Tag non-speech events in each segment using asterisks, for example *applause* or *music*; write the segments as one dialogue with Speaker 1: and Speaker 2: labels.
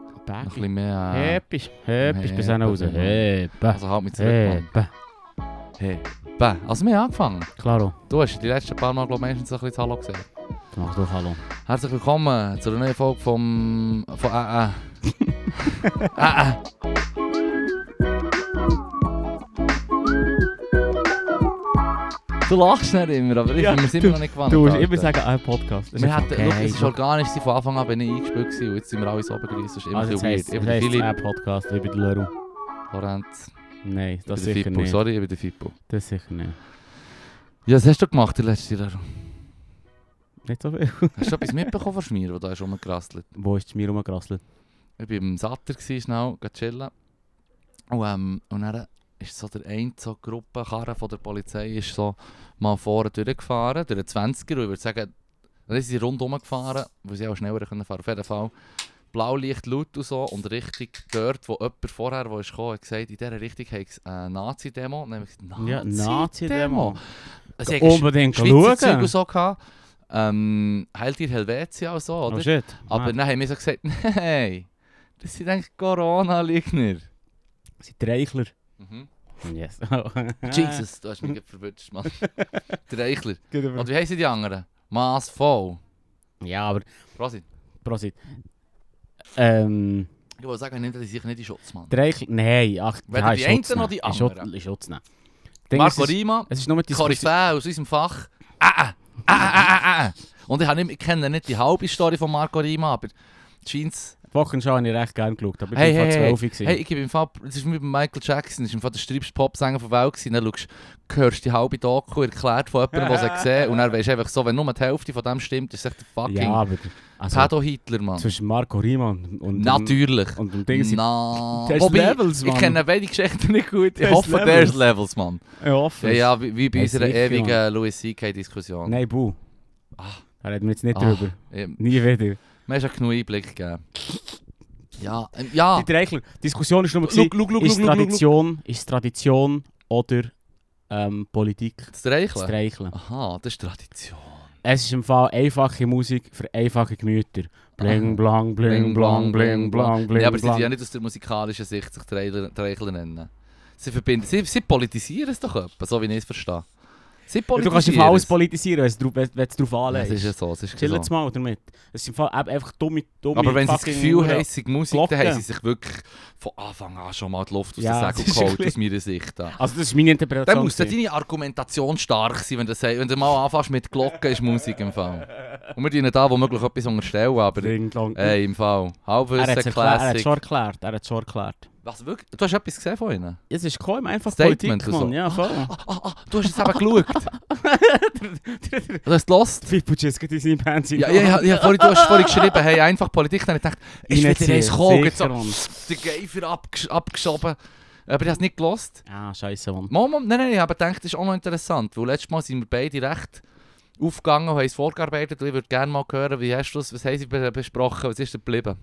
Speaker 1: Ein
Speaker 2: Tag.
Speaker 1: bisschen mehr. Äh,
Speaker 2: Hepisch, hepisch bis hinten raus.
Speaker 1: Hepisch.
Speaker 2: Hepa.
Speaker 1: Also halt mich zurück.
Speaker 2: Hepa.
Speaker 1: Mann. Hey. Bäh. Also wir haben angefangen.
Speaker 2: Klaro.
Speaker 1: Du hast die letzten paar Mal, glaube ich, meistens ein bisschen das Hallo gesehen.
Speaker 2: Mach doch Hallo.
Speaker 1: Herzlich willkommen zu einer neuen Folge vom... von AA. *laughs* AA. Du lachst nicht immer, aber ich
Speaker 2: Ja,
Speaker 1: bin mir immer noch nicht gewohnt.
Speaker 2: Du musst immer sagen, ein ah, Podcast.
Speaker 1: Wir hatten, okay, es ist organisch, gewesen, von Anfang an bin ich eingespielt gewesen und jetzt sind wir alle so begrüßt. Das ist immer
Speaker 2: Also,
Speaker 1: so
Speaker 2: das
Speaker 1: dus weird.
Speaker 2: heisst, das
Speaker 1: Ich bin der
Speaker 2: heisst
Speaker 1: Philipp,
Speaker 2: ein Podcast, ich bin der Leru.
Speaker 1: Lorenz,
Speaker 2: Nein,
Speaker 1: ich
Speaker 2: das
Speaker 1: bin der
Speaker 2: sicher
Speaker 1: Fippo.
Speaker 2: nicht.
Speaker 1: Sorry, ich bin der Fippo.
Speaker 2: Das sicher nicht.
Speaker 1: Ja, was hast du gemacht in letzter Jahr?
Speaker 2: Nicht so viel.
Speaker 1: Hast du etwas mitbekommen von Schmier, wo da ist rumgerasselt?
Speaker 2: Wo ist mir rumgerasselt?
Speaker 1: Ich war im Satter, gewesen, schnell, geh chillen. Und, ähm, und dann ist so der eine so Gruppenkarre von der Polizei ist so mal vorne durchgefahren, durch den 20er. Und ich würde sagen, dann sind sie rundherum gefahren, weil sie auch schneller können fahren Auf jeden Fall Blaulicht laut und so und richtig dort, wo jemand vorher, der ist gekommen, hat gesagt, in dieser Richtung hat es eine Nazi-Demo. Dann habe ich gesagt,
Speaker 2: Ja,
Speaker 1: Nazi-Demo?
Speaker 2: Nazi-Demo.
Speaker 1: Also, ich habe
Speaker 2: Unbedingt
Speaker 1: Schweizer Zeug und
Speaker 2: schauen.
Speaker 1: so gehabt. Ähm, Heilt ihr Helvetia und so, oder?
Speaker 2: Oh shit.
Speaker 1: Aber
Speaker 2: Ah,
Speaker 1: dann haben wir so gesagt, *laughs* nein, das sind eigentlich Corona-Leugner.
Speaker 2: sind Reichler.
Speaker 1: Mhm.
Speaker 2: Yes.
Speaker 1: *laughs*
Speaker 2: *laughs*
Speaker 1: Jesus, du hast mich gerade verwirrt, Mann. *laughs* Der Eichler.
Speaker 2: Gut,
Speaker 1: Und
Speaker 2: aber-
Speaker 1: wie heissen die anderen? Mass voll.
Speaker 2: Ja, aber
Speaker 1: Prosit.
Speaker 2: Prosit. Ähm,
Speaker 1: Ich wollte sagen, nimmt er sich nicht in Schutz, Mann.
Speaker 2: die Reichler. Nein, ach,
Speaker 1: Weder
Speaker 2: ja, nou.
Speaker 1: die
Speaker 2: ist
Speaker 1: einen
Speaker 2: Schutz nehmen.
Speaker 1: noch die
Speaker 2: Ist Schutz-
Speaker 1: anderen.
Speaker 2: ist Schutz nehmen. Ich denke,
Speaker 1: Marco
Speaker 2: es ist-
Speaker 1: Rima,
Speaker 2: Es ist nur die
Speaker 1: Koryphäe aus unserem Fach. Ah, ah, ah, ah, ah, ah. Und ich, habe nicht, ich kenne nicht die halbe Story von Marco Rima, aber scheint's...
Speaker 2: Wochenschau habe ich recht gerne geschaut, aber ich
Speaker 1: Hey,
Speaker 2: war
Speaker 1: hey,
Speaker 2: hey,
Speaker 1: hey.
Speaker 2: 12 gewesen.
Speaker 1: Hey, ich gebe im Fall... Das ist wie bei Michael Jackson, das ist im Fall der sträubste Popsänger der Welt gewesen. Dann schaust, hörst die halbe Doku erklärt von jemandem, der es gesehen hat. Und dann weisst du einfach so, wenn nur die Hälfte von dem stimmt, ist es echt der fucking...
Speaker 2: ja, aber also,
Speaker 1: Pädo-Hitler, Mann.
Speaker 2: zwischen Marco Riemann und, und,
Speaker 1: Natürlich.
Speaker 2: dem- und dem Ding sind
Speaker 1: Na,
Speaker 2: Das ist
Speaker 1: Wobei,
Speaker 2: Levels,
Speaker 1: Ich
Speaker 2: Mann.
Speaker 1: kenne beide Geschichten nicht gut.
Speaker 2: Das
Speaker 1: Ich
Speaker 2: ist
Speaker 1: hoffe,
Speaker 2: Levels.
Speaker 1: der ist Levels, Mann.
Speaker 2: ja, offen.
Speaker 1: Ja, ja, wie, wie bei
Speaker 2: Ja,
Speaker 1: unserer
Speaker 2: sicher,
Speaker 1: ewigen
Speaker 2: Mann.
Speaker 1: Louis C.K.-Diskussion.
Speaker 2: Nein, Bu. Da reden wir jetzt nicht
Speaker 1: Ah.
Speaker 2: drüber.
Speaker 1: Ähm,
Speaker 2: Nie wieder.
Speaker 1: Mir hast ja genug Einblick gegeben. Ja, ähm, ja.
Speaker 2: Die Reichler, die Diskussion ist nur,
Speaker 1: Schau,
Speaker 2: gewesen,
Speaker 1: schau,
Speaker 2: ist
Speaker 1: schau, schau, schau, schau.
Speaker 2: Tradition, ist Tradition oder ähm, Politik
Speaker 1: Das
Speaker 2: zu
Speaker 1: Dreicheln?
Speaker 2: streicheln.
Speaker 1: Aha, das ist Tradition.
Speaker 2: Es ist im Fall einfache Musik für einfache Gemüter. Bling, blang, bling, blang, bling, blang, bling,
Speaker 1: Ja, aber sie
Speaker 2: blang.
Speaker 1: sind ja nicht aus der musikalischen Sicht sich Dreicheln nennen. Sie verbinden, sie, sie politisieren es doch etwa, so wie ich es verstehe. Sie
Speaker 2: Ja, du kannst im
Speaker 1: politisieren
Speaker 2: Fall alles
Speaker 1: es.
Speaker 2: politisieren, wenn es drauf- wenn es drauf
Speaker 1: Ja, Es
Speaker 2: anlegt.
Speaker 1: ist ja so, es ist
Speaker 2: Chillen
Speaker 1: so.
Speaker 2: jetzt mal damit. Es sind voll- eben einfach dumme, dumme
Speaker 1: Aber wenn sie das
Speaker 2: fucking
Speaker 1: Gefühl
Speaker 2: Huren-
Speaker 1: haben, es sei Musik,
Speaker 2: Glocken.
Speaker 1: dann haben sie sich wirklich von Anfang an schon mal die Luft aus
Speaker 2: Ja,
Speaker 1: der Säge
Speaker 2: das ist
Speaker 1: geholt,
Speaker 2: ein
Speaker 1: aus meiner Sicht. Da.
Speaker 2: Also das ist meine Interpretation.
Speaker 1: Dann muss dann
Speaker 2: gewesen.
Speaker 1: deine Argumentation stark sein, wenn du, sagst- wenn du mal anfängst mit Glocken, ist Musik im Fall. Und wir dienen da womöglich etwas unterstellen, aber
Speaker 2: Ding dong.
Speaker 1: ey, im
Speaker 2: er
Speaker 1: Fall.
Speaker 2: hat
Speaker 1: Halbwissen,
Speaker 2: es erklärt, er hat
Speaker 1: Classic.
Speaker 2: schon erklärt, er hat schon erklärt.
Speaker 1: Was, wirklich? Du hast etwas gesehen von ihnen?
Speaker 2: Es ist kaum einfach
Speaker 1: Statement
Speaker 2: Politik,
Speaker 1: und so.
Speaker 2: Mann. Ja, voll.
Speaker 1: *laughs* Ah, ah, ah, du hast es eben
Speaker 2: *laughs*
Speaker 1: geschaut. Du hast es gehört?
Speaker 2: Fippo Ciska, die sind Bands
Speaker 1: Ja, ja, ja, ja vorhin, du hast vorhin geschrieben, hey, einfach Politik. Dann habe ich gedacht, ist wieder eins gekommen, jetzt so den Geifer abgesch abgeschoben. Aber ich habe es nicht gehört.
Speaker 2: Ah, scheiße, Mann.
Speaker 1: Moment, nein, nein, ich habe gedacht, das ist auch noch interessant, weil letztes Mal sind wir beide recht aufgegangen und haben es vorgearbeitet und ich würde gerne mal hören, wie hast du es, was haben sie be- besprochen, was ist denn geblieben?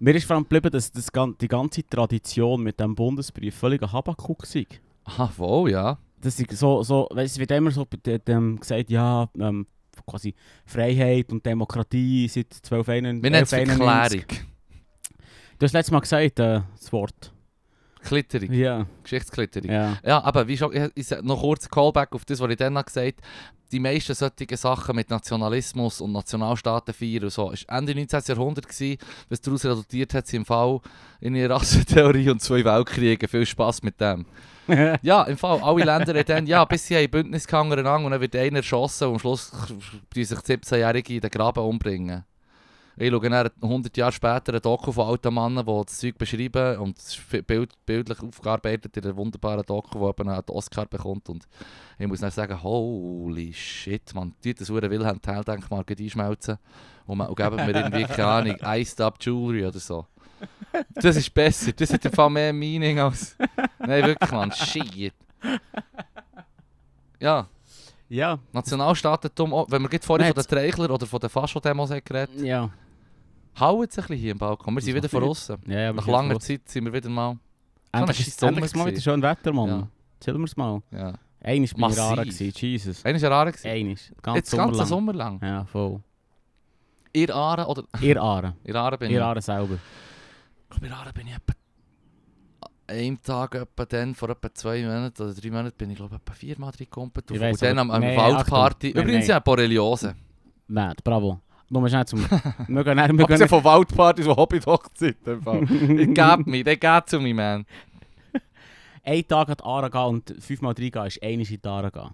Speaker 2: Mir ist vor allem geblieben, dass das, gan- die ganze Tradition mit dem Bundesbrief völlig ein Habakuk war.
Speaker 1: Aha, wohl, Ah, ja.
Speaker 2: das ist so, so weißt, es wird immer so bei- ähm, gesagt, ja, ähm, quasi Freiheit und Demokratie seit 1291.
Speaker 1: Wir nennen es Verklärung.
Speaker 2: Du hast letztes Mal gesagt, äh, das Wort.
Speaker 1: Klitterung,
Speaker 2: Ja,
Speaker 1: Geschichtsklitterung. Ja.
Speaker 2: ja.
Speaker 1: aber wie schon, ich, ich, noch kurz Callback auf das, was ich dann noch gesagt habe. Die meisten solchen Sachen mit Nationalismus und Nationalstaaten feiern und so, ist Ende 19. Jahrhundert gewesen, was daraus resultiert hat, sind im Fall in ihrer *laughs* Rassentheorie und zwei Weltkriege. Viel Spaß mit dem. Ja, im Fall, alle Länder haben dann, ja, bis sie haben Bündnis gehangen haben und dann wird einer erschossen und am Schluss die sich 17-Jährige in den Graben umbringen. Ich schaue dann 100 Jahre später ein Doku von alten Männern, die das Zeug beschreiben und es ist fi- bild, bildlich aufgearbeitet in einer wunderbaren Doku, die eben einen Oscar bekommt. Und ich muss dann sagen, holy shit, man, die das hure Wilhelm Tell-Denkmal gleich einschmelzen und, man, und geben mir irgendwie, keine Ahnung, Iced Up Jewelry oder so. Das ist besser, das hat im Fall mehr Meaning als... Nein, wirklich, Mann, shit. Ja,
Speaker 2: Ja,
Speaker 1: Nationalstaatentum, auch- wenn wir gerade vorhin
Speaker 2: Nein,
Speaker 1: von den Treichlern oder von den Faschodemos haben geredet
Speaker 2: ja.
Speaker 1: hauen es ein bisschen hier im Balkon. Wir sind wieder
Speaker 2: macht
Speaker 1: von
Speaker 2: nicht.
Speaker 1: außen.
Speaker 2: ja, ja
Speaker 1: Nach
Speaker 2: wir
Speaker 1: langer
Speaker 2: sind
Speaker 1: Zeit sind wir wieder mal.
Speaker 2: los. Endlich
Speaker 1: Schon ein
Speaker 2: ist endlich ist mal
Speaker 1: Sommer
Speaker 2: wieder schön Wetter, Mann.
Speaker 1: Ja.
Speaker 2: Chillen wir's mal.
Speaker 1: Ja.
Speaker 2: Eines bin ich
Speaker 1: Massiv.
Speaker 2: rar gewesen, Jesus.
Speaker 1: Einer war Aare. Jetzt um-
Speaker 2: Eines.
Speaker 1: den
Speaker 2: Ganz
Speaker 1: ganzen
Speaker 2: Sommer lang.
Speaker 1: Sommer lang.
Speaker 2: Ja, voll.
Speaker 1: Ihr Aare oder.
Speaker 2: Ihr Aare.
Speaker 1: Ihr Aare *laughs* bin ich.
Speaker 2: Ihr Aare selber.
Speaker 1: Ich glaube, in Aare bin ich etwa an einem Tag, etwa dann, vor etwa zwei Monaten oder drei Monaten, bin ich glaube ich etwa viermal drin gekumpelt.
Speaker 2: Ich weiss,
Speaker 1: Und dann
Speaker 2: aber-
Speaker 1: am, am
Speaker 2: Nein,
Speaker 1: Waldparty.
Speaker 2: Achtung. Nein,
Speaker 1: Übrigens,
Speaker 2: nein.
Speaker 1: ja, Borreliose.
Speaker 2: Nein, bravo. Nur schnell
Speaker 1: *laughs*
Speaker 2: zum... wir gehen nachher... Wir gehen
Speaker 1: Abgesehen von Waldpartys, die Hobby-Hochzeiten. Ich gebe mir, der geht zu mir, man.
Speaker 2: einen Tag an die Aare gehen und fünfmal reingehen ist einmal in die Aare gehen.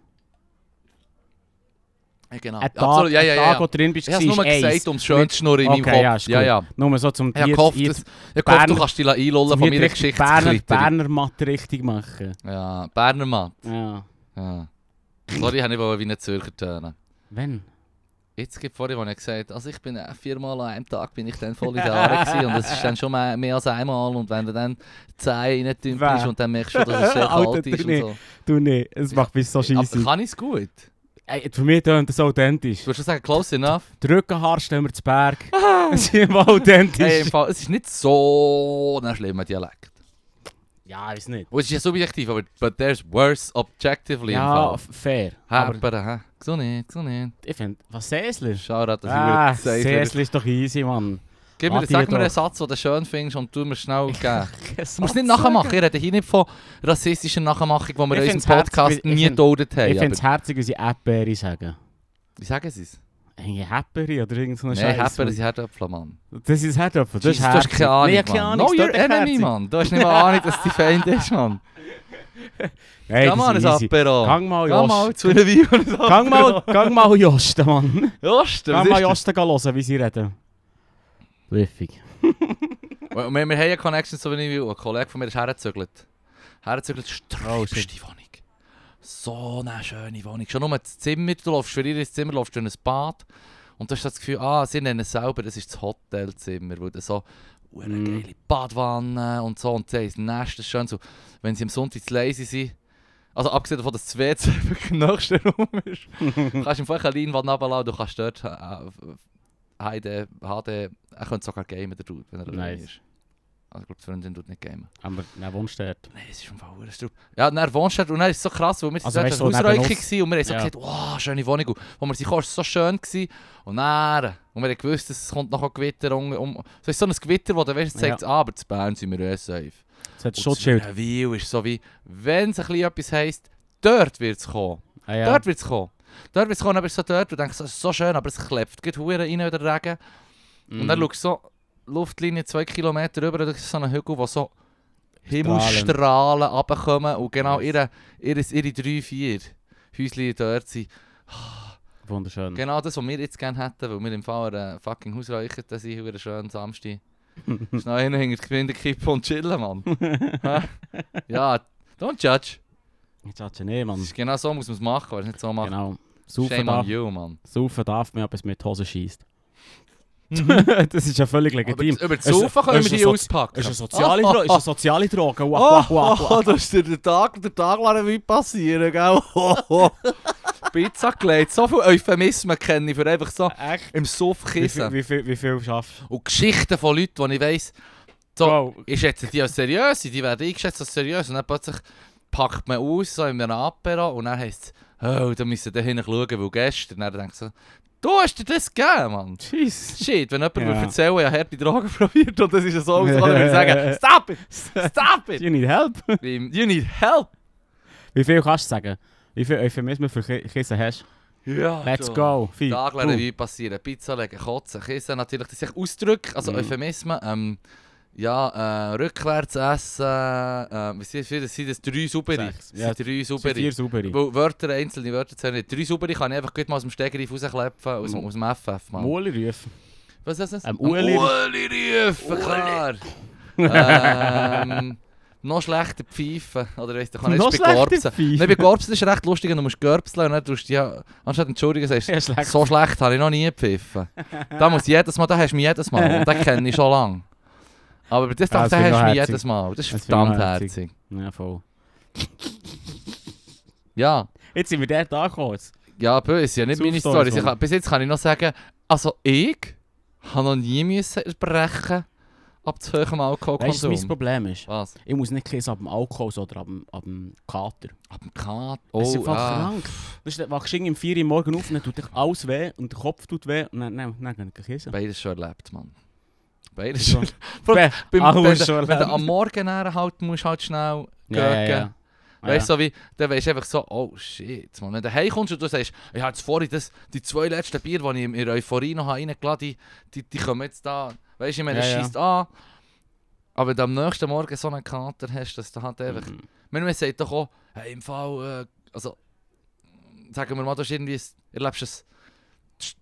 Speaker 1: Ja, genau.
Speaker 2: Ein Tag,
Speaker 1: Absolut, ja, ja,
Speaker 2: ein Tag
Speaker 1: ja.
Speaker 2: wo du drin bist,
Speaker 1: Ich habe es nur
Speaker 2: war eins.
Speaker 1: gesagt, um es schön zu schnurren in meinem
Speaker 2: Okay,
Speaker 1: Kopf.
Speaker 2: ja, ist gut.
Speaker 1: ja, ja.
Speaker 2: Nur so zum
Speaker 1: Ich habe
Speaker 2: Tier-
Speaker 1: gehofft,
Speaker 2: Tier-
Speaker 1: dass- ich habe gehofft, du
Speaker 2: Berner-
Speaker 1: kannst dich einlullen
Speaker 2: zum Tier-
Speaker 1: von meiner
Speaker 2: Berner,
Speaker 1: Geschichtskritik.
Speaker 2: Berner Matt richtig machen.
Speaker 1: Ja, Berner Mann.
Speaker 2: Ja. *clears throat*
Speaker 1: Ja. Sorry, ich habe nicht wollen wie ein Zürcher tönen.
Speaker 2: Wenn?
Speaker 1: Jetzt gibt vorhin, als ich gesagt habe, also ich bin äh, viermal an einem Tag bin ich dann voll in der Haare gewesen und das
Speaker 2: *laughs*
Speaker 1: ist dann schon mehr, mehr als einmal und wenn du dann zehn reintümpelst
Speaker 2: Wer?
Speaker 1: und dann merkst du, dass es sehr
Speaker 2: *laughs* Alter,
Speaker 1: kalt ist und
Speaker 2: nee.
Speaker 1: so.
Speaker 2: Du nicht, es macht mich so
Speaker 1: Aber
Speaker 2: scheiße.
Speaker 1: kann ich es gut?
Speaker 2: Ey, Für mich tönt das authentisch.
Speaker 1: Du würdest schon sagen,
Speaker 2: *laughs*
Speaker 1: close enough.
Speaker 2: Die Rückenhaare stehen wir zu Berg.
Speaker 1: *laughs*
Speaker 2: *laughs* Es ist immer authentisch.
Speaker 1: Hey, im Fall, es ist nicht so ein schlimmer Dialekt.
Speaker 2: ja, ist nicht.
Speaker 1: Und es ist ja subjektiv, aber but there's worse objectively
Speaker 2: Ja,
Speaker 1: im Fall.
Speaker 2: f- fair. aber
Speaker 1: Haber, hä? So nicht, so nicht.
Speaker 2: ich finde, was Säsler?
Speaker 1: Schau dir das
Speaker 2: Ah,
Speaker 1: Gib
Speaker 2: Säsler ist doch easy,
Speaker 1: *laughs*
Speaker 2: Mann.
Speaker 1: mir,
Speaker 2: Matti
Speaker 1: sag mir
Speaker 2: doch.
Speaker 1: einen Satz, den du schön findest und tu mir schnell geben. Du musst nicht nachmachen. Ich rede hier nicht von rassistischer Nachmachung, die wir
Speaker 2: Ich
Speaker 1: in
Speaker 2: find's
Speaker 1: unserem Podcast
Speaker 2: herzig, weil- ich
Speaker 1: nie
Speaker 2: find-
Speaker 1: geduldet haben.
Speaker 2: Ich finde
Speaker 1: Ich
Speaker 2: es herzig, wenn sie Äpperi sagen.
Speaker 1: Wie sagen sie
Speaker 2: Oh,
Speaker 1: es?
Speaker 2: Irgendwie Häpperi oder irgend so eine
Speaker 1: Nein,
Speaker 2: Scheiße.
Speaker 1: Hepper ist Herdöpfel, Mann.
Speaker 2: Das ist Herdöpfel. Das
Speaker 1: Jesus,
Speaker 2: ist
Speaker 1: du hast
Speaker 2: herzig.
Speaker 1: keine
Speaker 2: Dus Nee,
Speaker 1: Ahnung,
Speaker 2: ich hab keine
Speaker 1: Mann.
Speaker 2: Ahnung,
Speaker 1: No,
Speaker 2: es
Speaker 1: you're
Speaker 2: tut mir
Speaker 1: enemy,
Speaker 2: herzig.
Speaker 1: Mann. Du hast nicht mal Ahnung,
Speaker 2: *laughs*
Speaker 1: dass die Feind ist, Mann.
Speaker 2: Hey,
Speaker 1: Geh mal
Speaker 2: das
Speaker 1: ein
Speaker 2: ist easy.
Speaker 1: Apero.
Speaker 2: Gang mal,
Speaker 1: Geh mal
Speaker 2: Jost.
Speaker 1: zu einer Wein.
Speaker 2: Gang mal, gang mal Jost,
Speaker 1: *laughs*
Speaker 2: Mann.
Speaker 1: Jost,
Speaker 2: Gang
Speaker 1: was
Speaker 2: mal Jost
Speaker 1: ist das?
Speaker 2: gehen hören, wie sie reden. Liffig.
Speaker 1: Wir wir haben ja Connections, so wie ich will. Ein Kollege von mir ist hergezögelt. Hergezögelt,
Speaker 2: Oh,
Speaker 1: sträubste Wohnung. So eine schöne Wohnung. Schon nur das Zimmer, du läufst für ihr ins Zimmer, läufst du in ein Bad. Und du hast das Gefühl, ah, sie nennen es selber, das ist das Hotelzimmer, weil da so eine
Speaker 2: Mm.
Speaker 1: geile Badwanne und so und sie haben das Nest, das ist schön so. Wenn sie am Sonntag zu leise sind, also abgesehen davon, dass das WC *laughs* wirklich im nächsten Raum ist,
Speaker 2: *laughs*
Speaker 1: kannst du einfach eine Leinwand runterladen, du kannst dort äh, äh, HD, HD, er könnte sogar gamen, der Dude, wenn er alleine
Speaker 2: Nice.
Speaker 1: ist. Also ich glaube, die Freundin tut nicht gamen.
Speaker 2: Aber dann wohnst du dort.
Speaker 1: Nein, es ist einfach ein Strub. Ja, und dann wohnst du dort und dann ist es so krass, weil wir
Speaker 2: Also,
Speaker 1: waren
Speaker 2: weißt
Speaker 1: also,
Speaker 2: du, so
Speaker 1: dort
Speaker 2: neben
Speaker 1: Ausräuchung
Speaker 2: uns.
Speaker 1: gewesen und wir haben so
Speaker 2: Ja.
Speaker 1: gesagt, wow, schöne Wohnung. Und Wo wir sie kamen, war es so schön gewesen. und dann, und wir haben gewusst, es kommt noch ein Gewitter um, um so ist so ein Gewitter, wo du weißt, zeigt ah, aber zu Bern sind wir eh safe.
Speaker 2: Das hat
Speaker 1: Und
Speaker 2: Schutzschild.
Speaker 1: zu Wil ist so wie, wenn es ein bisschen etwas heisst, dort wird es kommen.
Speaker 2: Ah, ja.
Speaker 1: Dort wird es kommen. Dort wird es kommen, aber es ist so dort, du denkst, es ist so schön, aber es klebt, geht hure rein oder Regen. Und
Speaker 2: Mm. Mhm.
Speaker 1: dann schaust du so Luftlinie 2 Kilometer rüber, das ist so ein Hügel, wo so Himmelsstrahlen runterkommen und genau
Speaker 2: Nice.
Speaker 1: ihre, ihre, ihre drei, vier Häuschen dort sind.
Speaker 2: Wunderschön.
Speaker 1: Genau das, was wir jetzt gerne hätten, weil wir im Fall einen fucking Haus reichen, das ist über einen schönen
Speaker 2: *laughs*
Speaker 1: Samstag. Schnell hin, hinter die Gewindekippe und chillen, Mann. Hä? ja, don't judge.
Speaker 2: Jetzt hat sie nicht,
Speaker 1: Das
Speaker 2: Mann.
Speaker 1: ist genau so muss man es machen, wer es nicht so macht.
Speaker 2: Genau. Saufen
Speaker 1: Shame on
Speaker 2: darf,
Speaker 1: you, Mann.
Speaker 2: saufen darf man, aber es mit Hose schießt.
Speaker 1: Mhm.
Speaker 2: *laughs* das ist ja völlig
Speaker 1: Aber
Speaker 2: legitim.
Speaker 1: über das
Speaker 2: Es ist-
Speaker 1: Saufen können
Speaker 2: es
Speaker 1: wir
Speaker 2: ist
Speaker 1: die
Speaker 2: so-
Speaker 1: auspacken.
Speaker 2: Es ist eine soziale, Dro ist eine soziale Droge. Wow,
Speaker 1: Oh,
Speaker 2: wow, wow.
Speaker 1: oh, das ist der Tag, der Tag lassen wie passieren, gell? Oh, oh. Pizza gelegt, so viel Euphemismen kenne ich für einfach so
Speaker 2: Echt?
Speaker 1: im Suff
Speaker 2: Wie viel, *laughs*
Speaker 1: kissen.
Speaker 2: wie viel, wie viel schaffst
Speaker 1: Und Geschichten von Leuten, die ich weiss,
Speaker 2: du?
Speaker 1: So.
Speaker 2: Wow.
Speaker 1: ich schätze die als seriös, die werden eingeschätzt als seriös und dann plötzlich packt man aus, so in einem Apero und dann heisst es, oh, da müssen wir hin schauen, weil gestern, dann denkst du so, du hast dir das gegeben, Mann.
Speaker 2: Jeez.
Speaker 1: dus Shit, wenn jemand
Speaker 2: Ja.
Speaker 1: mir erzählt, ich habe harte Drogen *laughs* probiert und das ist so ausgekommen, würde ich sagen, stop it, stop
Speaker 2: *laughs*
Speaker 1: it,
Speaker 2: You need help.
Speaker 1: you need help.
Speaker 2: Wie viel kannst du sagen? Wie viel Euphemismen für Ki- Kissen hast du?
Speaker 1: Ja,
Speaker 2: Let's
Speaker 1: du.
Speaker 2: go. Vier.
Speaker 1: Tag
Speaker 2: Boom.
Speaker 1: lernen Revue passieren, Pizza legen, kotzen, kissen, natürlich, das sind Ausdrücke, also
Speaker 2: Mhm.
Speaker 1: Euphemismen, ähm, ja, äh, rückwärts essen, äh, wie sind wie sind das? Drei saubere.
Speaker 2: Sechs.
Speaker 1: Das
Speaker 2: Ja,
Speaker 1: sind drei
Speaker 2: Es sind
Speaker 1: saubere.
Speaker 2: Vier saubere.
Speaker 1: Weil Wörter, einzelne Wörter zählen nicht. Drei saubere kann ich einfach gut mal aus dem Stegreif rausklepfen, aus, dem-
Speaker 2: Mhm.
Speaker 1: aus dem FF, Mann.
Speaker 2: Moli rufen.
Speaker 1: Was ist das?
Speaker 2: Am Ueli-
Speaker 1: Ueli-Riefen,
Speaker 2: *laughs*
Speaker 1: klar. ähm, noch schlechter pfeifen, oder weißt du, kann ich
Speaker 2: Noch
Speaker 1: jetzt bei
Speaker 2: schlechter
Speaker 1: Gorbsen.
Speaker 2: pfeifen?
Speaker 1: Nein, bei Gorbsen ist es recht lustig, wenn du musst görbseln und dann tust du ja, anstatt entschuldigen, sagst du,
Speaker 2: Ja, schlecht.
Speaker 1: so schlecht habe ich noch nie gepfiffen. Da muss ich jedes Mal, da hast du mich jedes Mal. Und den kenne ich schon lange. Aber bei das,
Speaker 2: Ja,
Speaker 1: da
Speaker 2: das
Speaker 1: da
Speaker 2: finde ich
Speaker 1: hast du mich
Speaker 2: noch herzig.
Speaker 1: jedes Mal. Das ist
Speaker 2: Das finde ich noch
Speaker 1: verdammt
Speaker 2: herzig.
Speaker 1: herzig.
Speaker 2: Ja, voll.
Speaker 1: Ja,
Speaker 2: Jetzt sind wir dort angekommen. jetzt.
Speaker 1: ja, böse, ja nicht
Speaker 2: Zu
Speaker 1: meine
Speaker 2: Stories,
Speaker 1: Storys. Ich
Speaker 2: Mann.
Speaker 1: kann- Bis jetzt kann ich noch sagen, also ich habe noch nie müssen erbrechen ab zu
Speaker 2: Weißt du,
Speaker 1: hohem
Speaker 2: was mein
Speaker 1: Alkoholkonsum.
Speaker 2: Problem ist?
Speaker 1: Was?
Speaker 2: Ich muss nicht kissen ab dem Alkohol oder ab dem, ab dem Kater.
Speaker 1: Ab dem Kater.
Speaker 2: es ist
Speaker 1: Oh,
Speaker 2: einfach
Speaker 1: ah.
Speaker 2: krank. Du stehst- wachst irgendwie um 4 Uhr morgens auf und dann tut dich alles weh und der Kopf tut weh und dann, dann, dann, dann kann ich kissen.
Speaker 1: Beides schon erlebt, Mann. Beides
Speaker 2: So.
Speaker 1: schon. Vor allem beim-
Speaker 2: Ah,
Speaker 1: wenn,
Speaker 2: musst
Speaker 1: du-
Speaker 2: schon
Speaker 1: wenn du
Speaker 2: lernen.
Speaker 1: am Morgen näher halt, musst du halt schnell
Speaker 2: Ja, ja,
Speaker 1: gehen.
Speaker 2: ja.
Speaker 1: Weißt du, so wie, dann weisst du einfach so, oh shit, man. Wenn du heimkommst und du sagst, ich habe jetzt vorhin das, die zwei letzten Bier, die ich in in Euphorie noch habe reingeladen die, die, die kommen jetzt da. Weißt du, ich meine, das
Speaker 2: Ja, ja.
Speaker 1: schießt an. Aber wenn du am nächsten Morgen so einen Kater hast, dass du halt einfach.
Speaker 2: Mhm.
Speaker 1: Ich meine, man sagt doch auch, hey, im Fall, äh, also, sagen wir mal, du hast irgendwie, ein- erlebst es. Es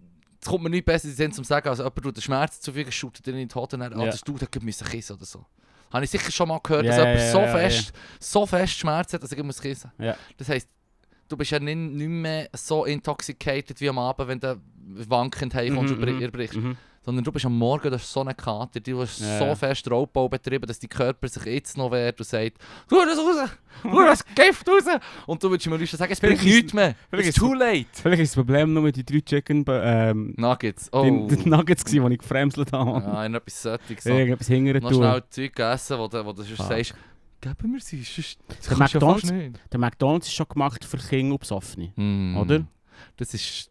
Speaker 1: kommt mir nichts besser in den Sinn zum Sagen, als jemand tut den Schmerz zufügen, schaut dir in die Hoden, dann, ah,
Speaker 2: Ja.
Speaker 1: das tut, dann müssen kissen oder so. Habe ich sicher schon mal gehört,
Speaker 2: Ja,
Speaker 1: dass
Speaker 2: ja,
Speaker 1: jemand so,
Speaker 2: ja, ja,
Speaker 1: fest, so fest Schmerz hat, dass er muss kissen
Speaker 2: Ja.
Speaker 1: Das heisst, du bist ja nicht, nicht mehr so intoxicated wie am Abend, wenn du wankend heimkommst
Speaker 2: Mhm,
Speaker 1: und bri-
Speaker 2: mhm.
Speaker 1: erbrichst.
Speaker 2: Mhm.
Speaker 1: Sondern du bist am Morgen, du hast so einen Kater, du hast
Speaker 2: Ja,
Speaker 1: so
Speaker 2: ja.
Speaker 1: fest Raubbau betrieben, dass dein Körper sich jetzt noch wehrt und sagt, tu das raus,
Speaker 2: *laughs*
Speaker 1: tu das Gift raus. Und du würdest mir Leuten sagen, es bringt
Speaker 2: Vielleicht ist-
Speaker 1: nichts mehr,
Speaker 2: vielleicht
Speaker 1: it's
Speaker 2: ist-
Speaker 1: too late.
Speaker 2: *laughs* Vielleicht ist das Problem nur die drei Chicken ähm,
Speaker 1: Nuggets, oh.
Speaker 2: die- die Nuggets, gewesen, die ich gefremselt habe.
Speaker 1: Ja, ich hab etwas Sättiges.
Speaker 2: Ja,
Speaker 1: So.
Speaker 2: Irgendetwas hingern
Speaker 1: Noch
Speaker 2: tun.
Speaker 1: schnell Zeug gegessen, wo du, wo du sonst
Speaker 2: Fuck.
Speaker 1: sagst, geben wir sie, sonst das
Speaker 2: Der
Speaker 1: kannst du ja fast
Speaker 2: McDonald's-
Speaker 1: nicht.
Speaker 2: Der McDonalds ist schon gemacht für Kinder und Besoffene.
Speaker 1: Mm.
Speaker 2: Oder?
Speaker 1: Das ist...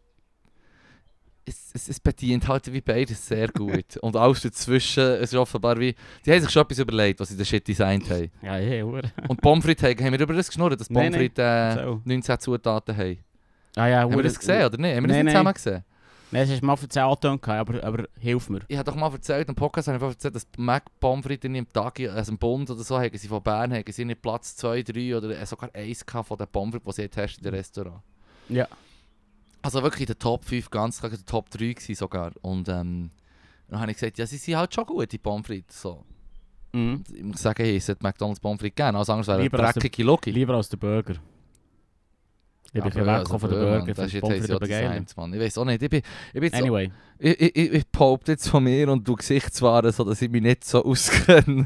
Speaker 1: Es, es, es bedient halt wie beides sehr gut. Und alles dazwischen, es ist offenbar wie... Die haben sich schon etwas überlegt, was sie den Shit designt haben.
Speaker 2: Ja, ja, hure.
Speaker 1: Und Pommes frites haben, haben wir über das geschnurrt, dass
Speaker 2: Nein,
Speaker 1: Pommes frites äh,
Speaker 2: So.
Speaker 1: 19 Zutaten haben.
Speaker 2: Ah ja,
Speaker 1: Haben wir
Speaker 2: hure.
Speaker 1: das gesehen oder nicht? Haben wir das
Speaker 2: Nein,
Speaker 1: nicht
Speaker 2: nein.
Speaker 1: zusammen gesehen?
Speaker 2: Nein, das hast du mal für 10 angetan, aber, aber hilf mir.
Speaker 1: Ich habe doch mal erzählt, im Podcast habe ich erzählt, dass Mac Pommes frites in ihrem Tag, also im Bund oder so, haben sie von Bern, haben sie nicht Platz 2, 3 oder äh, sogar 1 gehabt von den Pommes frites, die sie testen in den Restaurant.
Speaker 2: Ja.
Speaker 1: Also wirklich in der Top 5, ganz klar in der Top 3 gewesen sogar. Und ähm, dann habe ich gesagt, ja, sie sind halt schon gut, die Pommes frites. So.
Speaker 2: Mhm.
Speaker 1: Ich muss sagen, hey, es hätte McDonalds Pommes frites gegeben, alles andere wäre eine
Speaker 2: Lieber als der-
Speaker 1: dreckige Logik.
Speaker 2: Lieber als der Burger. Ich bin ein bisschen weggekommen von den Burger,
Speaker 1: Das
Speaker 2: von
Speaker 1: ist
Speaker 2: den
Speaker 1: jetzt
Speaker 2: Pommes
Speaker 1: heiss ja
Speaker 2: frites begeistert.
Speaker 1: Designs, Mann. Ich weiß auch nicht. Ich, bin, ich, bin jetzt so,
Speaker 2: *laughs* Anyway.
Speaker 1: ich, ich, ich, ich behaupte jetzt von mir und du Gesichtswaren, so dass ich mich nicht so auskenne.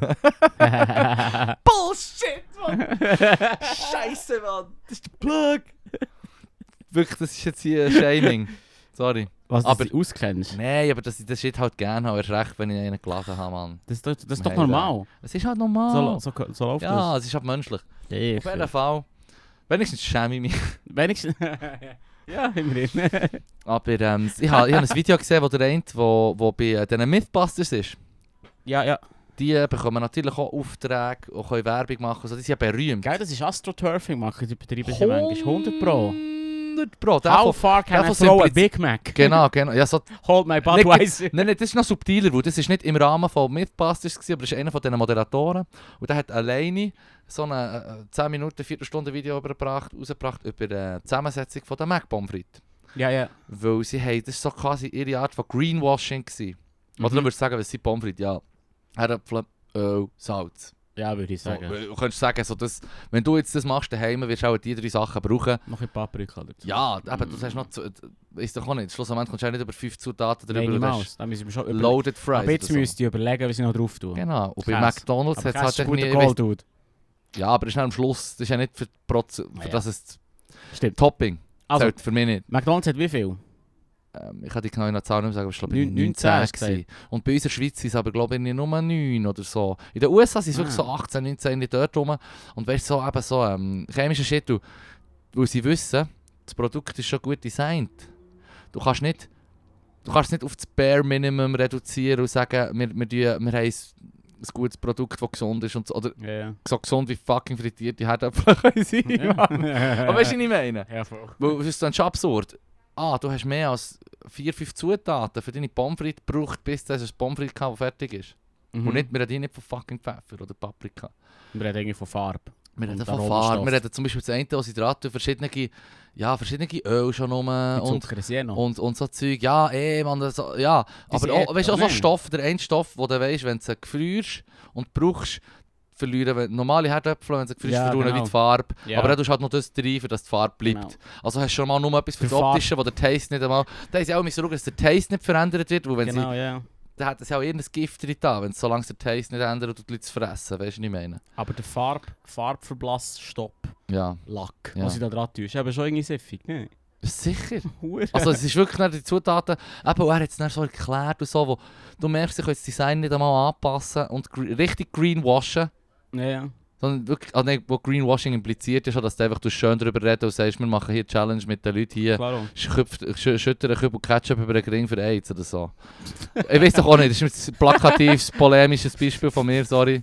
Speaker 1: Bullshit,
Speaker 2: *laughs*
Speaker 1: Mann! Scheiße, Mann! Das ist der Plug! Wirklich, das ist jetzt hier Shaming. Sorry.
Speaker 2: Was
Speaker 1: Aber-
Speaker 2: aber, du auskennst.
Speaker 1: Nein, aber dass ich das Shit halt gerne habe, erst recht, wenn ich einen geladen habe, Mann.
Speaker 2: Das, ist doch- das ist
Speaker 1: Nein,
Speaker 2: doch normal.
Speaker 1: Es ist halt normal.
Speaker 2: So, so, so läuft
Speaker 1: ja, es ist halt menschlich.
Speaker 2: das. Ja,
Speaker 1: Auf jeden Fall. Wenigstens schäme ich mich. *laughs*
Speaker 2: Wenigstens. *laughs* ja, immerhin.
Speaker 1: Aber ähm, ich habe ich hab ein Video gesehen, wo der eine, wo, wo bei äh, diesen Mythbusters ist.
Speaker 2: *laughs* ja, ja.
Speaker 1: Die äh, bekommen natürlich auch Aufträge und können Werbung machen. Also die sind ja berühmt.
Speaker 2: Geil, das ist Astroturfing machen die Betriebe hier manchmal. 100 Pro.
Speaker 1: 100 Pro. Der
Speaker 2: How
Speaker 1: von,
Speaker 2: far
Speaker 1: der
Speaker 2: can I
Speaker 1: von
Speaker 2: throw a
Speaker 1: Simpliz-
Speaker 2: Big Mac?
Speaker 1: genau, genau. Ja, so,
Speaker 2: Hold my
Speaker 1: Nicht-
Speaker 2: Budweiser.
Speaker 1: *laughs* nein, nein, das ist noch subtiler, weil das ist nicht im Rahmen von Mythbusters, gewesen, aber das ist einer von diesen Moderatoren. Und der hat alleine so ein äh, 10 Minuten, 4 Stunden Video übergebracht, rausgebracht über äh, die Zusammensetzung von der Mac Pommes frites.
Speaker 2: Ja, ja.
Speaker 1: Weil sie haben, das war so quasi ihre Art von Greenwashing. Gewesen. Oder du
Speaker 2: Mhm.
Speaker 1: würdest sagen, was sind Pommes frites? Ja, Erdäpfel, Öl, Salz.
Speaker 2: Ja, würde ich
Speaker 1: So,
Speaker 2: sagen.
Speaker 1: äh, du könntest sagen, so das, wenn du jetzt das machst daheim, wirst du auch die drei Sachen brauchen.
Speaker 2: Noch ein Paprika dazu.
Speaker 1: Ja, eben, du
Speaker 2: mm.
Speaker 1: hast noch, zu- äh, ist doch auch nicht, schlussendlich kommst du auch nicht über fünf Zutaten drüber.
Speaker 2: Nein,
Speaker 1: du hast
Speaker 2: niemals. Da müssen wir schon überlegen.
Speaker 1: Loaded Fries
Speaker 2: Aber jetzt
Speaker 1: oder so.
Speaker 2: müsst ihr überlegen, was ich noch drauf tue.
Speaker 1: Genau, und bei
Speaker 2: Käse.
Speaker 1: McDonalds hat es halt irgendwie... ich
Speaker 2: Call,
Speaker 1: weiss-
Speaker 2: Dude.
Speaker 1: Ja, aber das ist nicht am Schluss, das ist ja nicht für, die Proze für
Speaker 2: ja.
Speaker 1: das ist
Speaker 2: Stimmt.
Speaker 1: Topping.
Speaker 2: Also,
Speaker 1: Zählt für mich nicht.
Speaker 2: McDonalds hat wie viel?
Speaker 1: Ähm, ich kann die genaue Zahl nicht mehr sagen, aber ich glaube,
Speaker 2: Neun-
Speaker 1: 19
Speaker 2: hast du
Speaker 1: gewesen. Und bei uns in der Schweiz sind es aber, glaube ich, nur 9 oder so. In den USA sind es
Speaker 2: Ah.
Speaker 1: wirklich so 18, 19 irgendwie dort rum. Und weißt du, so, eben so ähm, chemischer Shit, du, weil sie wissen, das Produkt ist schon gut designt. Du kannst nicht... Du kannst es nicht auf das Bare Minimum reduzieren und sagen, wir, wir, tun- wir haben ein, ein gutes Produkt, das gesund ist und so. Oder
Speaker 2: Ja, *laughs* ja.
Speaker 1: so gesund wie fucking frittierte Herdäpfel *laughs* können sein. Mann. Aber weißt du, was ich meine?
Speaker 2: Ja, voll.
Speaker 1: Weil es ist dann schon absurd. Ah, du hast mehr als 4, 5 Zutaten für deine Pommes frites gebraucht, bis du ein Pommes frites gehabt, das fertig ist.
Speaker 2: Mhm.
Speaker 1: Und nicht, wir reden hier nicht von fucking Pfeffer oder Paprika.
Speaker 2: Wir reden irgendwie von Farbe.
Speaker 1: Wir reden
Speaker 2: Und
Speaker 1: von
Speaker 2: Aromastoff.
Speaker 1: Farbe. Wir reden zum Beispiel das eine, was ich dran tue, verschiedene, ja, verschiedene Öl schon rum
Speaker 2: Mit
Speaker 1: und,
Speaker 2: Zucker ist eh noch.
Speaker 1: und, und so Zeug. Ja, eh, man, das, ja.
Speaker 2: Diese
Speaker 1: Aber auch,
Speaker 2: Erd-
Speaker 1: weißt, du, auch so
Speaker 2: Nein.
Speaker 1: Stoff, der eine Stoff, den du weißt, wenn du sie gefrierst und brauchst, verlieren wenn, normale Herdöpfel, wenn du sie gefrierst,
Speaker 2: Ja,
Speaker 1: verlieren
Speaker 2: genau.
Speaker 1: wie die Farbe.
Speaker 2: Ja.
Speaker 1: Aber dann tust du halt noch das rein, für dass die Farbe bleibt.
Speaker 2: Genau.
Speaker 1: Also hast du schon mal nur etwas für das
Speaker 2: Für Farbe.
Speaker 1: Optische, wo der Taste nicht einmal... Da ist ja auch müssen schauen, dass der Taste nicht verändert wird, weil wenn
Speaker 2: Genau,
Speaker 1: sie...
Speaker 2: ja.
Speaker 1: Da hat es ja auch irgendein Gift drin, da, wenn es- solange es der Taste nicht ändert und die Leute es fressen, weißt du, was ich meine?
Speaker 2: Aber der Farbe, Farbverblass, Stopp,
Speaker 1: Ja.
Speaker 2: Lack,
Speaker 1: Ja.
Speaker 2: was ich da dran tue, ist eben schon irgendwie siffig, ne?
Speaker 1: Sicher.
Speaker 2: Hure.
Speaker 1: Also es ist wirklich nicht die Zutaten... Eben, und er hat es dann so erklärt und so, wo... Du merkst, sie können das Design nicht einmal anpassen und gr richtig greenwashen.
Speaker 2: Ja, ja.
Speaker 1: Sondern wirklich, ah, nein, wo Greenwashing impliziert ist, dass du einfach du schön darüber redest und sagst, wir machen hier Challenge mit den Leuten hier.
Speaker 2: Klaro.
Speaker 1: Schöpft- schü- Schüttern einen Kübel Ketchup über den Gring für AIDS oder so. ich weiß doch auch nicht, das ist ein plakatives, polemisches Beispiel von mir, sorry.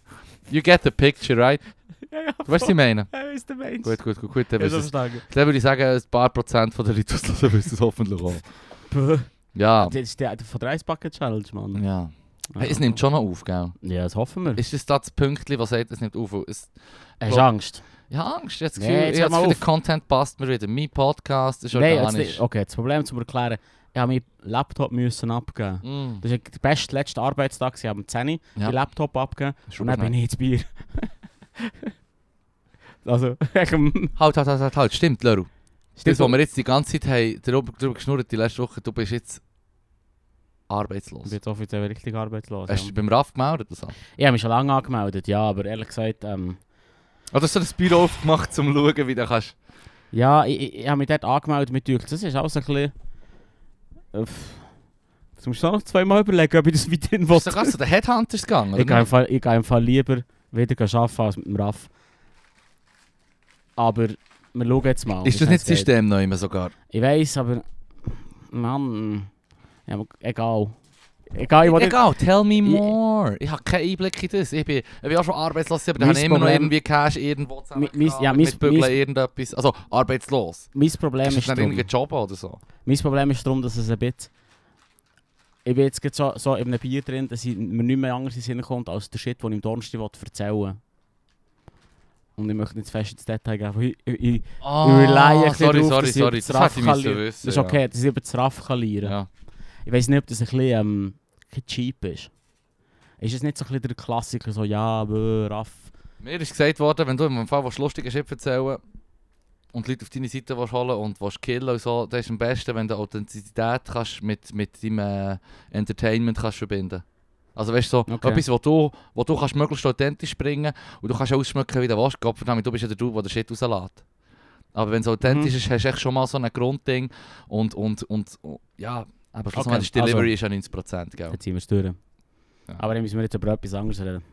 Speaker 1: You get the picture, right?
Speaker 2: Ja, ja,
Speaker 1: Du weißt, was ich meine?
Speaker 2: Er ist der Mensch.
Speaker 1: Gut, gut, gut, gut. Dann,
Speaker 2: Ich
Speaker 1: wissen
Speaker 2: hab's
Speaker 1: es.
Speaker 2: verstanden.
Speaker 1: dann würde ich sagen, ein paar Prozent von den Leuten, die es hören, wissen es hoffentlich auch.
Speaker 2: Puh.
Speaker 1: Ja,
Speaker 2: Das ist der, der von der Eisbacken-Challenge, Mann.
Speaker 1: ja.
Speaker 2: Ja.
Speaker 1: Hey, es nimmt schon noch auf, gell?
Speaker 2: Ja, das hoffen wir.
Speaker 1: Ist das da das Pünktchen, was sagt, es nimmt auf? Es,
Speaker 2: Hast du Angst?
Speaker 1: ich habe Angst, ich habe das
Speaker 2: Nee,
Speaker 1: Gefühl,
Speaker 2: jetzt hör
Speaker 1: ich habe das
Speaker 2: mal
Speaker 1: Gefühl, der Content passt mir wieder. Mein Podcast ist
Speaker 2: Nein, jetzt
Speaker 1: organisch.
Speaker 2: nicht. Okay, das Problem zum Erklären. Ich habe meinen Laptop müssen abgeben.
Speaker 1: Mm,
Speaker 2: Das war der beste letzte Arbeitstag. Ich habe am 10 Uhr
Speaker 1: Ja.
Speaker 2: den Laptop abgegeben
Speaker 1: ist
Speaker 2: und dann
Speaker 1: überschnell.
Speaker 2: bin ich ins Bier. also, wegen
Speaker 1: Halt, halt, halt, halt, halt, stimmt, Leru. Das, was
Speaker 2: dem...
Speaker 1: wir jetzt die ganze Zeit haben, darüber, darüber geschnurrt, die letzte Woche, du bist jetzt arbeitslos.
Speaker 2: Ich bin jetzt offiziell richtig arbeitslos.
Speaker 1: Hast du
Speaker 2: ja.
Speaker 1: dich beim RAF gemeldet? Oder so?
Speaker 2: Ich habe mich schon lange angemeldet, ja, aber ehrlich gesagt, ähm,
Speaker 1: Oder hast du das Büro aufgemacht, um zu schauen, wie du kannst?
Speaker 2: ja, ich, ich, ich habe mich dort angemeldet mit Dürk. Das ist auch so ein bisschen... Äh, pff. Jetzt musst du auch noch zweimal überlegen, ob ich das weiterhin
Speaker 1: Was
Speaker 2: will.
Speaker 1: ist denn zu den Headhunters gegangen?
Speaker 2: Ich gehe
Speaker 1: oder nicht?
Speaker 2: einfach, ich gehe einfach lieber wieder arbeiten als mit dem Raff. Aber wir schauen jetzt mal. wie
Speaker 1: ist das
Speaker 2: es
Speaker 1: nicht das
Speaker 2: geht.
Speaker 1: System noch immer sogar?
Speaker 2: Ich weiß, aber. Mann. Ja, aber egal. Egal, ich will nicht.
Speaker 1: Egal, tell me
Speaker 2: Ich-
Speaker 1: more. Ich, habe keinen Einblick in das. Ich bin, ich bin auch schon arbeitslos, aber da
Speaker 2: Mein
Speaker 1: habe ich immer noch
Speaker 2: Problem-
Speaker 1: irgendwie Cash irgendwo
Speaker 2: Mi-
Speaker 1: zusammen.
Speaker 2: mis- ja, mis-
Speaker 1: mit Bügeln
Speaker 2: mis-
Speaker 1: irgendetwas. Also arbeitslos.
Speaker 2: Mein Problem
Speaker 1: Ist
Speaker 2: ist.
Speaker 1: das nicht
Speaker 2: Drum,
Speaker 1: irgendein Job dus oder so?
Speaker 2: mein Problem ist darum, dass es ein bisschen. Ich bin jetzt gerade so, so in einem Bier drin, dass ich mir nicht mehr anders in den Sinn kommt, als der Shit, den ich im Donnerstag will erzählen will. Und ich möchte nicht zu fest ins Detail gehen. aber Ich, ich, ich,
Speaker 1: Ah,
Speaker 2: rely ein bisschen
Speaker 1: sorry,
Speaker 2: drauf,
Speaker 1: sorry,
Speaker 2: dass ich
Speaker 1: sorry.
Speaker 2: das
Speaker 1: Das hätte ich
Speaker 2: Raff
Speaker 1: müssen
Speaker 2: kann-
Speaker 1: wissen.
Speaker 2: das ist okay, dass ich über das Raff kann lernen.
Speaker 1: Ja.
Speaker 2: Ich weiß nicht, ob das ein bisschen, ähm, ein bisschen cheap ist. Ist es nicht so ein bisschen der Klassiker, so ja, bö, raff.
Speaker 1: Mir ist gesagt worden, wenn du im Fall was lustiges Shit erzählen und Leute auf deine Seite willst holen und willst killen und so, dann ist am besten, wenn du Authentizität kannst mit, mit deinem äh, Entertainment kannst verbinden Also weißt du, so
Speaker 2: Okay.
Speaker 1: etwas, wo du, wo du kannst möglichst authentisch bringen und du kannst auch ausschmücken, wie du willst. Gott verdammt, du bist ja der Dude, der den Shit rauslässt. Aber wenn es authentisch ist, hast du echt schon mal so ein Grundding und, und, und, und ja, aber schlussendlich
Speaker 2: Okay,
Speaker 1: ist dus Delivery
Speaker 2: also-
Speaker 1: ist ja 90%, gell?
Speaker 2: Jetzt sind wir stören.
Speaker 1: Ja.
Speaker 2: Aber dann müssen wir jetzt über etwas anderes reden.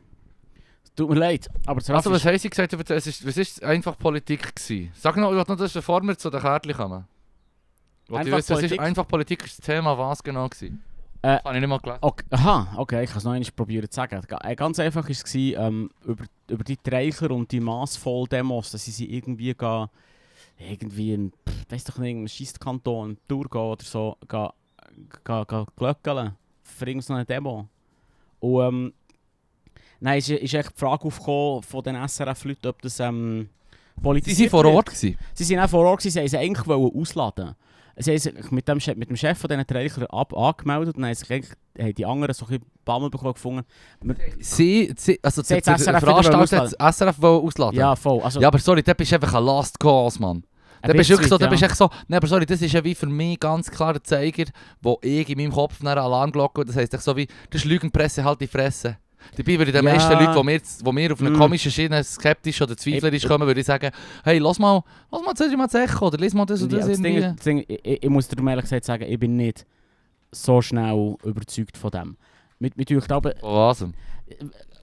Speaker 2: Es tut mir leid, aber das Raff
Speaker 1: Also, was
Speaker 2: ist,
Speaker 1: haben Sie gesagt? über das? Es ist, was ist einfach Politik gewesen? Sag noch, ich will noch das, bevor wir zu den Kärtchen kommen. Einfach
Speaker 2: Einfach
Speaker 1: wissen, Politik.
Speaker 2: Politik?
Speaker 1: Ist einfach Politik ist das Thema, was genau gewesen?
Speaker 2: Äh,
Speaker 1: Habe ich nicht mal gelesen.
Speaker 2: okay, aha, okay, ich kann es noch einmal probieren zu sagen. Ga- äh, Ganz einfach war es, ähm, über, über die Treicher und die massvollen Demos, dass sie sie irgendwie ga, irgendwie in, pff, weiss doch nicht, irgendeinem Scheisskanton, Thurgau oder so, ga, ga, ga glöckeln. Für irgendeine Demo. Und ähm, nein, ist, ist echt die Frage aufgekommen von den SRF-Leuten, ob das ähm,
Speaker 1: Sie
Speaker 2: politisiert
Speaker 1: sind vor
Speaker 2: wird.
Speaker 1: Ort gewesen.
Speaker 2: Sie sind auch vor Ort, gewesen, sie haben sie eigentlich wollen ausladen. Sie haben sich mit dem, Chef- mit dem Chef von diesen Trägern ab, angemeldet und haben, sich eigentlich, haben die anderen so ein bisschen Bammel bekommen gefunden. Wir,
Speaker 1: Sie, sie, also
Speaker 2: Sie
Speaker 1: der,
Speaker 2: hat das
Speaker 1: der
Speaker 2: SRF wieder
Speaker 1: Veranstalter
Speaker 2: wollen
Speaker 1: hat das SRF wollen ausladen.
Speaker 2: ja, voll. Also,
Speaker 1: Ah, ja, aber sorry, da bist du einfach ein Last Cause, Mann.
Speaker 2: ein
Speaker 1: Da bist du
Speaker 2: bisschen,
Speaker 1: wirklich so, da
Speaker 2: ja.
Speaker 1: bist du echt so, nein, aber sorry, das ist ja wie für mich ganz klar der Zeiger, wo ich in meinem Kopf nach einer Alarmglocke, das heisst echt so wie, das ist Lügenpresse, halt die Fresse. Dabei würde ich den
Speaker 2: Ja.
Speaker 1: meisten Leuten, die mir, wo mir auf eine
Speaker 2: Mm.
Speaker 1: komische Schiene skeptisch oder zweiflerisch
Speaker 2: Ich-
Speaker 1: kommen, würde ich sagen, hey, lass mal, lass mal zuerst mal das Echo oder lass mal das und
Speaker 2: Ja,
Speaker 1: das
Speaker 2: das Ding,
Speaker 1: irgendwie.
Speaker 2: ist- das Ding, ich, ich- ich muss dir ehrlich gesagt sagen, ich bin nicht so schnell überzeugt von dem. Mit, mit euch, aber
Speaker 1: Oh, awesome.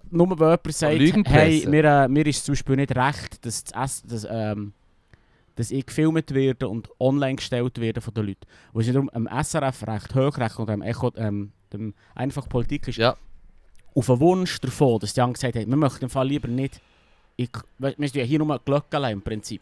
Speaker 2: nur weil jemand sagt,
Speaker 1: Lügenpresse.
Speaker 2: hey, mir, äh, mir ist zum Beispiel nicht recht, dass, das Essen, dass, ähm, dass ich gefilmt werde und online gestellt werde von den Leuten. Was darum um, am SRF recht hoch recht und am Echo, ähm, dem einfach Politik ist.
Speaker 1: Ja.
Speaker 2: Auf den Wunsch davon, dass die Leute gesagt haben, wir möchten im Fall lieber nicht. Ich, wir wir sind ja hier nur Glöckchen im Prinzip.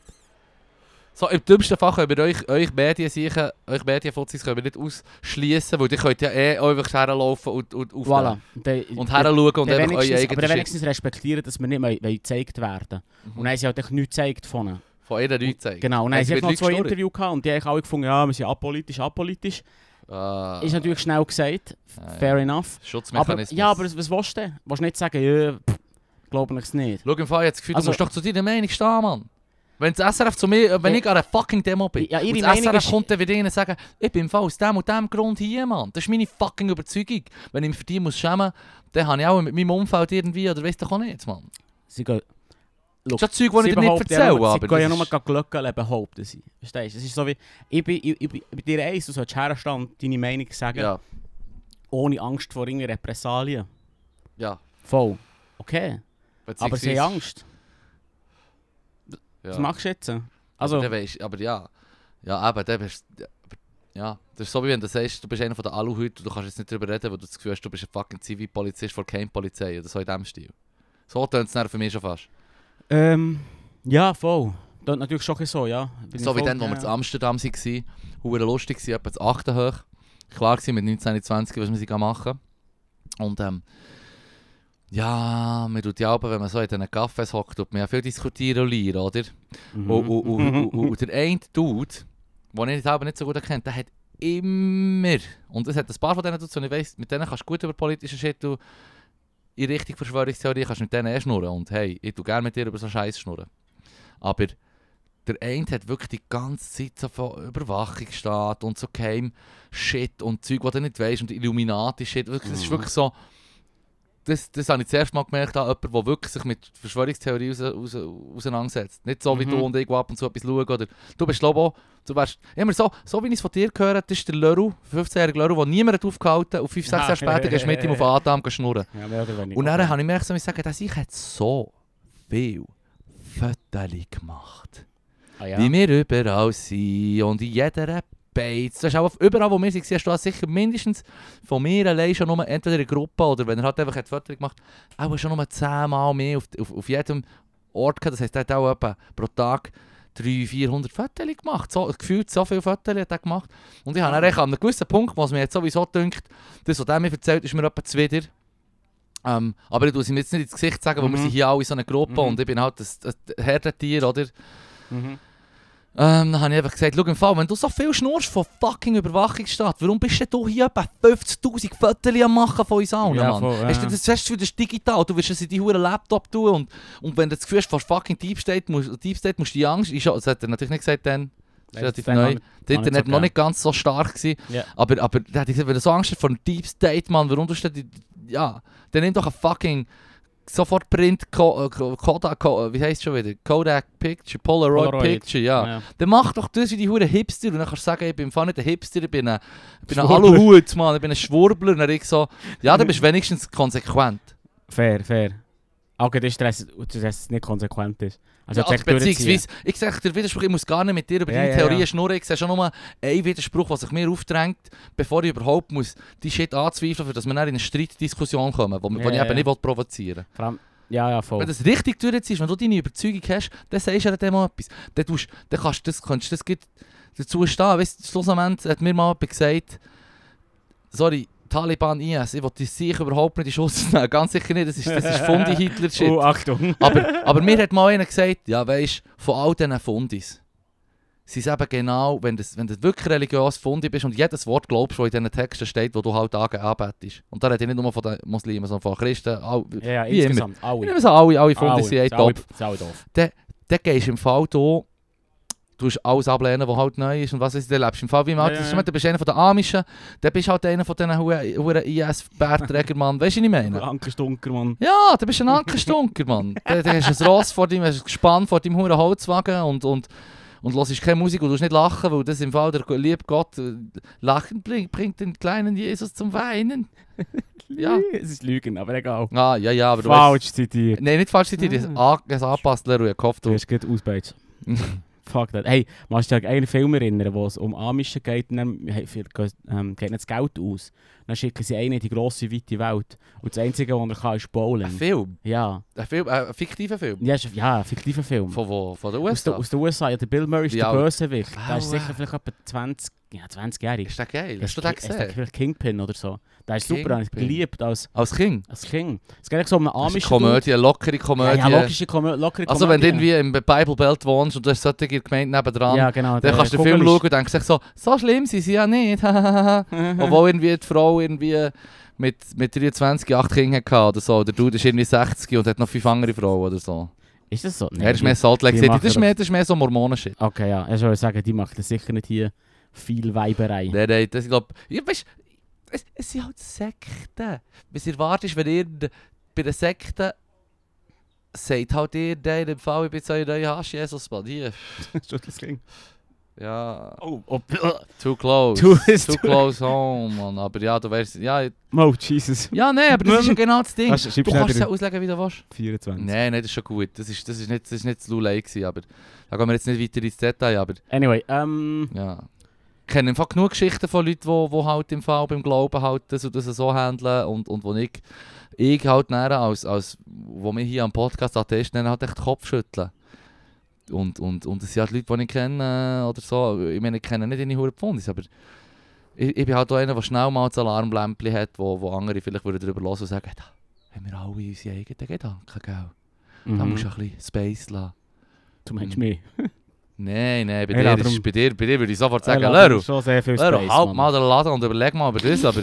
Speaker 1: So, im dümmsten Fall können wir euch, euch Medien sicher, euch Medienfuzis können wir nicht ausschließen, weil ihr könnt ja eh einfach herlaufen und, und, und,
Speaker 2: Voilà. Dann-
Speaker 1: und herschauen und
Speaker 2: dann
Speaker 1: einfach euren
Speaker 2: wenigstens, aber dann
Speaker 1: eigenen Shit Mhm.
Speaker 2: wenigstens respektieren, dass wir nicht mehr wollen gezeigt werden. Und dann haben sie halt echt nichts gezeigt von ihnen.
Speaker 1: von ihren Leuten zeigen.
Speaker 2: Genau, und dann haben
Speaker 1: Haben sie
Speaker 2: sie
Speaker 1: mit
Speaker 2: noch
Speaker 1: Leuten
Speaker 2: zwei
Speaker 1: geschnurrt?
Speaker 2: Interviews gehabt und die haben alle gefunden, ja, wir sind apolitisch, apolitisch.
Speaker 1: Ah.
Speaker 2: Ist natürlich schnell gesagt,
Speaker 1: Ah, ja.
Speaker 2: fair enough. Aber,
Speaker 1: Schutzmechanismus.
Speaker 2: ja, aber was willst du denn? Willst du nicht sagen, ja, pff, glaube ich es nicht?
Speaker 1: Schau im Fall jetzt, Gefühl,
Speaker 2: Also-
Speaker 1: du musst doch zu deiner Meinung stehen, Mann. Wenn das SRF zu mir, äh, wenn
Speaker 2: Ja.
Speaker 1: ich an einer fucking Demo bin,
Speaker 2: Ja, ihre
Speaker 1: und das
Speaker 2: Meinung
Speaker 1: SRF
Speaker 2: ist-
Speaker 1: kommt, dann wird ihnen sagen, ich bin im Fall aus dem und dem Grund hier, Mann. Das ist meine fucking Überzeugung. Wenn ich mich für die muss schämen, dann habe ich auch mit meinem Umfeld irgendwie, oder weißt du auch nicht, Mann.
Speaker 2: Sie gehen,
Speaker 1: Das ist ja Zeug, das ich dir nicht
Speaker 2: behaupten ja
Speaker 1: erzähle,
Speaker 2: nur-
Speaker 1: aber...
Speaker 2: Sie gehen ja
Speaker 1: das
Speaker 2: nur
Speaker 1: ist-
Speaker 2: Glöckchen behaupten sie. Verstehst du? Es ist so wie, ich bin, ich, ich, bin- ich bin dir eins, du sollst herstehen und deine Meinung sagen,
Speaker 1: ja,
Speaker 2: ohne Angst vor irgendwelchen Repressalien.
Speaker 1: ja.
Speaker 2: Voll. Okay, aber sie Ah,
Speaker 1: Beziehungsweise-
Speaker 2: haben Angst.
Speaker 1: Ja.
Speaker 2: Was machst du jetzt? Also,
Speaker 1: Dann weisst- aber ja, ja, eben, dann bist ja, aber- ja, das ist so, wie wenn du sagst, du bist einer von den Aluhüten und du kannst jetzt nicht darüber reden, weil du das Gefühl hast, du bist ein fucking Zivilpolizist von kein Polizei oder so in dem Stil. So tönt es dann für mich schon fast.
Speaker 2: ähm, ja, voll. Das natürlich schon ein bisschen so, ja. Bin
Speaker 1: So
Speaker 2: ich
Speaker 1: wie
Speaker 2: voll-
Speaker 1: dann, wo
Speaker 2: ja,
Speaker 1: wir in Amsterdam waren, hure lustig waren, etwa das 8. hoch. Klar war mit 19, 20, was wir sie machen. Und ähm, ja, mir tut ja aber, wenn man so in diesen Cafés hockt, tut man ja viel diskutieren und lernen, oder?
Speaker 2: Mhm.
Speaker 1: Und, und, und, und, und der eine Dude, den ich selber nicht so gut kenne, der hat immer, und es hat ein paar von denen Dudes, und ich weiss, mit denen kannst du gut über politische Shit und in Richtung Verschwörungstheorie kannst du mit denen eh schnurren. Und hey, ich tu gerne mit dir über so Scheiß schnurren. Aber der eine hat wirklich die ganze Zeit so von Überwachungsstaat und so Game Shit und Zeug, was du nicht weißt und Illuminati Shit. Wirklich, Das ist
Speaker 2: Mhm.
Speaker 1: wirklich so. Das, das habe ich zuerst mal gemerkt, an jemand, der wirklich sich mit Verschwörungstheorie ause- ause- auseinandersetzt. Nicht so wie
Speaker 2: Mhm.
Speaker 1: du und ich, die ab und zu etwas schauen. Oder du bist glaube ich, auch, du wärst immer so, so wie ich es von dir gehört habe, das ist der Leru, 15-jährige Leru, der niemand hat aufgehalten und 5, 6
Speaker 2: Ja.
Speaker 1: Jahre später gehst du mit ihm auf Adam schnurren.
Speaker 2: Ja, mehr oder weniger.
Speaker 1: Und dann habe ich mir gesagt, dass ich hat so viel Fötterchen gemacht
Speaker 2: ah, ja.
Speaker 1: wie wir überall sind und in jeder Beiz. Du hast auch überall, wo wir waren, hast du auch sicher mindestens von mir allein schon nur entweder eine Gruppe oder wenn er halt einfach ein Foto gemacht hat, auch schon nur zehnmal mehr auf, auf, auf jedem Ort gehabt. Das heisst, er hat auch etwa pro Tag 300, 400 Fotos gemacht. So, gefühlt so viele Fotos hat er gemacht. Und ich habe dann echt an einem gewissen Punkt, wo es mir jetzt sowieso dünkt, das, was der mir erzählt, ist mir etwa zuwider. Ähm, aber ich tue es ihm jetzt nicht ins Gesicht sagen, weil
Speaker 2: Mhm.
Speaker 1: wir sind hier alle in so einer Gruppe
Speaker 2: Mhm.
Speaker 1: und ich bin halt ein, ein Herdentier, oder?
Speaker 2: Mhm.
Speaker 1: Ähm, dann habe ich einfach gesagt, schau im Fall, wenn du so viel schnurst von fucking Überwachungsstaat, warum bist denn du hier etwa 50'000 Fotos am machen von uns allen,
Speaker 2: Ja,
Speaker 1: Mann?
Speaker 2: voll, ja.
Speaker 1: Hast du das, hast du das ist digital, du wirst es in deinen huren Laptop tun und, und wenn du das Gefühl hast, vor fucking Deep State musst, Deep State musst du die Angst, ich, scha- das hat er natürlich nicht gesagt dann, das ist relativ
Speaker 2: Nein, das
Speaker 1: neu,
Speaker 2: haben
Speaker 1: das
Speaker 2: noch nicht so
Speaker 1: Internet noch
Speaker 2: gegeben.
Speaker 1: nicht ganz so stark gewesen,
Speaker 2: Ja.
Speaker 1: aber, aber da hätte ich gesagt, wenn du so Angst hast vor dem Deep State, Mann, warum tust du denn die, ja, dann nimm doch ein fucking sofort Print, Co äh, Co- Kodak, Co wie heisst schon wieder, Kodak Picture, Polaroid,
Speaker 2: Polaroid.
Speaker 1: Picture, ja.
Speaker 2: Ja.
Speaker 1: Dann mach doch das wie die Huren Hipster und dann kannst du sagen, ich bin im Fall nicht ein Hipster, ich bin ein, ich bin ein
Speaker 2: Schwurbler. Mhm.
Speaker 1: Aluhut, Mann, ich bin ein Schwurbler. Und dann ich so, ja, dann bist du wenigstens konsequent.
Speaker 2: Fair, fair. Okay, das ist, dass dass es nicht konsequent ist. Also,
Speaker 1: Ja,
Speaker 2: check durchziehen.
Speaker 1: beziehungsweise, ich sage dir Widerspruch, ich muss gar nicht mit dir über
Speaker 2: Ja,
Speaker 1: deine
Speaker 2: ja,
Speaker 1: Theorien
Speaker 2: ja.
Speaker 1: schnurren. Ich sehe schon nur einen Widerspruch, der sich mir aufdrängt, bevor ich überhaupt muss die Shit anzweifeln muss, dass wir dann in eine Streitdiskussion kommen, wo, wo
Speaker 2: Ja,
Speaker 1: ich
Speaker 2: ja,
Speaker 1: eben
Speaker 2: ja.
Speaker 1: nicht will provozieren
Speaker 2: Vor allem, ja, ja, voll.
Speaker 1: Wenn das richtig durchziehst, wenn du deine Überzeugung hast, dann sagst du dem mal etwas. Dann, tust, dann kannst du das, kannst du das gut dazu stehen. Weißt du, schlussendlich hat mir mal jemand gesagt, sorry, Taliban IS, ich will dich sicher überhaupt nicht in Schuss *laughs* nehmen. Ganz sicher nicht, das ist, das ist Fundi-Hitler-Shit.
Speaker 2: Oh,
Speaker 1: *laughs*
Speaker 2: Achtung.
Speaker 1: aber, aber mir hat mal einer gesagt, ja weisst, von all diesen Fundis, sind es eben genau, wenn du wenn das wirklich religiös Fundi bist und jedes Wort glaubst, das in diesen Texten steht, wo du halt ange- anbetest. Und da rede ich nicht nur von den Muslimen, sondern von Christen, all,
Speaker 2: Ja, ja,
Speaker 1: Wie immer.
Speaker 2: insgesamt. Alle.
Speaker 1: ich nehme es an, alle, alle
Speaker 2: Alle.
Speaker 1: Funde sind eh
Speaker 2: Ist alle-
Speaker 1: top.
Speaker 2: ist alle doof.
Speaker 1: Dann gehst du im Fall hier, du hast alles ablehnen, was halt neu ist und was ist, dann lebst du im Fall wie im
Speaker 2: Ja,
Speaker 1: Alter.
Speaker 2: ja,
Speaker 1: Das ist
Speaker 2: ja.
Speaker 1: immer, Dann bist du einer von den Amischen, dann bist du halt einer von diesen huren IS-Bärträgern, Mann. Weißt du, was ich meine?
Speaker 2: Anker Stunker, Mann.
Speaker 1: Ja, du bist ein
Speaker 2: *laughs*
Speaker 1: Ankerstunker, Mann. Du, du hast ein Ross vor deinem, hast ein Gespann vor deinem hohen Holzwagen und, und, und hörst keine Musik und du nicht lachen, weil das im Fall der liebe Gott äh, Lachen bringt, bringt den kleinen Jesus zum Weinen. *laughs* Ja.
Speaker 2: Es ist Lügen, aber egal.
Speaker 1: Ah, ja, ja, aber du weißt...
Speaker 2: Falsch zitiert.
Speaker 1: Nein, nicht falsch,
Speaker 2: Mm.
Speaker 1: zitiert, das ist an- das angepasst, Leroy, Kopf
Speaker 2: Du
Speaker 1: du.
Speaker 2: hast gut
Speaker 1: *laughs*
Speaker 2: ausbeutet. Dus Fuck that. Hey, machst du dich an einen Film erinnern, wo es um Amische geht, und dann hey, für, ähm, geht nicht das Geld aus. Dann schicken sie einen in die grosse, weite Welt. Und das Einzige, was er kann, ist
Speaker 1: Ein
Speaker 2: Bowling.
Speaker 1: Film,
Speaker 2: Ja.
Speaker 1: ein, Film, äh, ein fiktiver Film.
Speaker 2: Ja, ist, ja, ein fiktiver Film.
Speaker 1: Von wo? Von der
Speaker 2: aus, der,
Speaker 1: USA?
Speaker 2: aus den USA. Ja, der Bill Murray ist
Speaker 1: Wie
Speaker 2: der
Speaker 1: alt?
Speaker 2: Bösewicht. Der ist
Speaker 1: Wow.
Speaker 2: sicher vielleicht etwa 20, ja, 20-jährig.
Speaker 1: Ist der geil? Hast du den
Speaker 2: Ist der
Speaker 1: gesehen?
Speaker 2: vielleicht Kingpin oder so. Der ist super, den habe ich
Speaker 1: Kingpin.
Speaker 2: geliebt als,
Speaker 1: Als Kind?
Speaker 2: als Kind. Es geht echt so um einen
Speaker 1: Das ist
Speaker 2: amischen...
Speaker 1: eine Komödie, eine lockere
Speaker 2: Ja,
Speaker 1: Komödie.
Speaker 2: ja, logische Komö lockere
Speaker 1: also wenn du
Speaker 2: Komödie.
Speaker 1: irgendwie im Bible Belt wohnst und du hast solche Gemeinde nebendran,
Speaker 2: Ja, genau.
Speaker 1: Dann
Speaker 2: der
Speaker 1: kannst du den
Speaker 2: Kugel
Speaker 1: Film
Speaker 2: ist-
Speaker 1: schauen und denkst dich so, so schlimm sind sie ja
Speaker 2: *laughs*
Speaker 1: nicht. *laughs* Obwohl irgendwie die Frau irgendwie mit, mit 23 acht Kinder hatte oder so. Der Dude ist irgendwie 60 und hat noch fünf andere Frauen oder so.
Speaker 2: Ist das so? Nein,
Speaker 1: er ist
Speaker 2: die-
Speaker 1: mehr Salt Lake
Speaker 2: die
Speaker 1: City. Das
Speaker 2: machen
Speaker 1: ist mehr, das ist mehr so Mormonen-Shit.
Speaker 2: Okay, ja. Ich soll sagen, die machen sicher nicht hier viel Weiberei.
Speaker 1: Nein, nein, das, ich glaube, ja, weißt, es, es sind halt Sekten. Was erwartest, wenn ihr bei der Sekte
Speaker 2: *laughs*
Speaker 1: sagt halt ihr, der in dem Fall, ich bin so ein neuer Hasch, Jesus, Mann, hier.
Speaker 2: Schon das ging.
Speaker 1: Ja,
Speaker 2: Oh, oh, bl-
Speaker 1: too close.
Speaker 2: Du bist
Speaker 1: too
Speaker 2: du-
Speaker 1: close home, Mann. Aber ja, du wärst. Ja,
Speaker 2: oh Jesus.
Speaker 1: ja nein, aber das ist ja genau das Ding.
Speaker 2: Hast-
Speaker 1: Du
Speaker 2: schreib schnell
Speaker 1: kannst es ja
Speaker 2: dir-
Speaker 1: auslegen, wie du willst.
Speaker 2: 24.
Speaker 1: Nein, nein, das ist schon gut. Das ist, das ist nicht, das ist nicht zu lulei gewesen, aber da gehen wir jetzt nicht weiter ins Detail, aber
Speaker 2: Anyway, ähm,
Speaker 1: ja. Ich kenne einfach genug Geschichten von Leuten, die, die halt im Fall beim Glauben halt das und das so handeln und, und wo ich, ich halt näher als, als, wo wir hier am Podcast Atheist nennen, halt echt den Kopf schütteln. Und, und, und es sind halt Leute, die ich kenne äh, oder so. Ich meine, ich kenne nicht deine Hure Pfundis, aber ich, ich bin halt auch einer, der schnell mal das Alarmlämpchen hat, wo, wo andere vielleicht würden darüber hören und sagen, da haben wir alle unsere eigenen Gedanken, gell? Da musst du ein bisschen Space lassen.
Speaker 2: mhm. du meinst mich.
Speaker 1: Nein, nein, bei,
Speaker 2: Ja,
Speaker 1: dir,
Speaker 2: darum-
Speaker 1: ist, bei, dir, bei dir würde ich sofort sagen,
Speaker 2: Ja,
Speaker 1: Leru,
Speaker 2: Äh, Schon sehr viel Space,
Speaker 1: Leru, halt
Speaker 2: Mann.
Speaker 1: mal den Laden und überleg mal über das, aber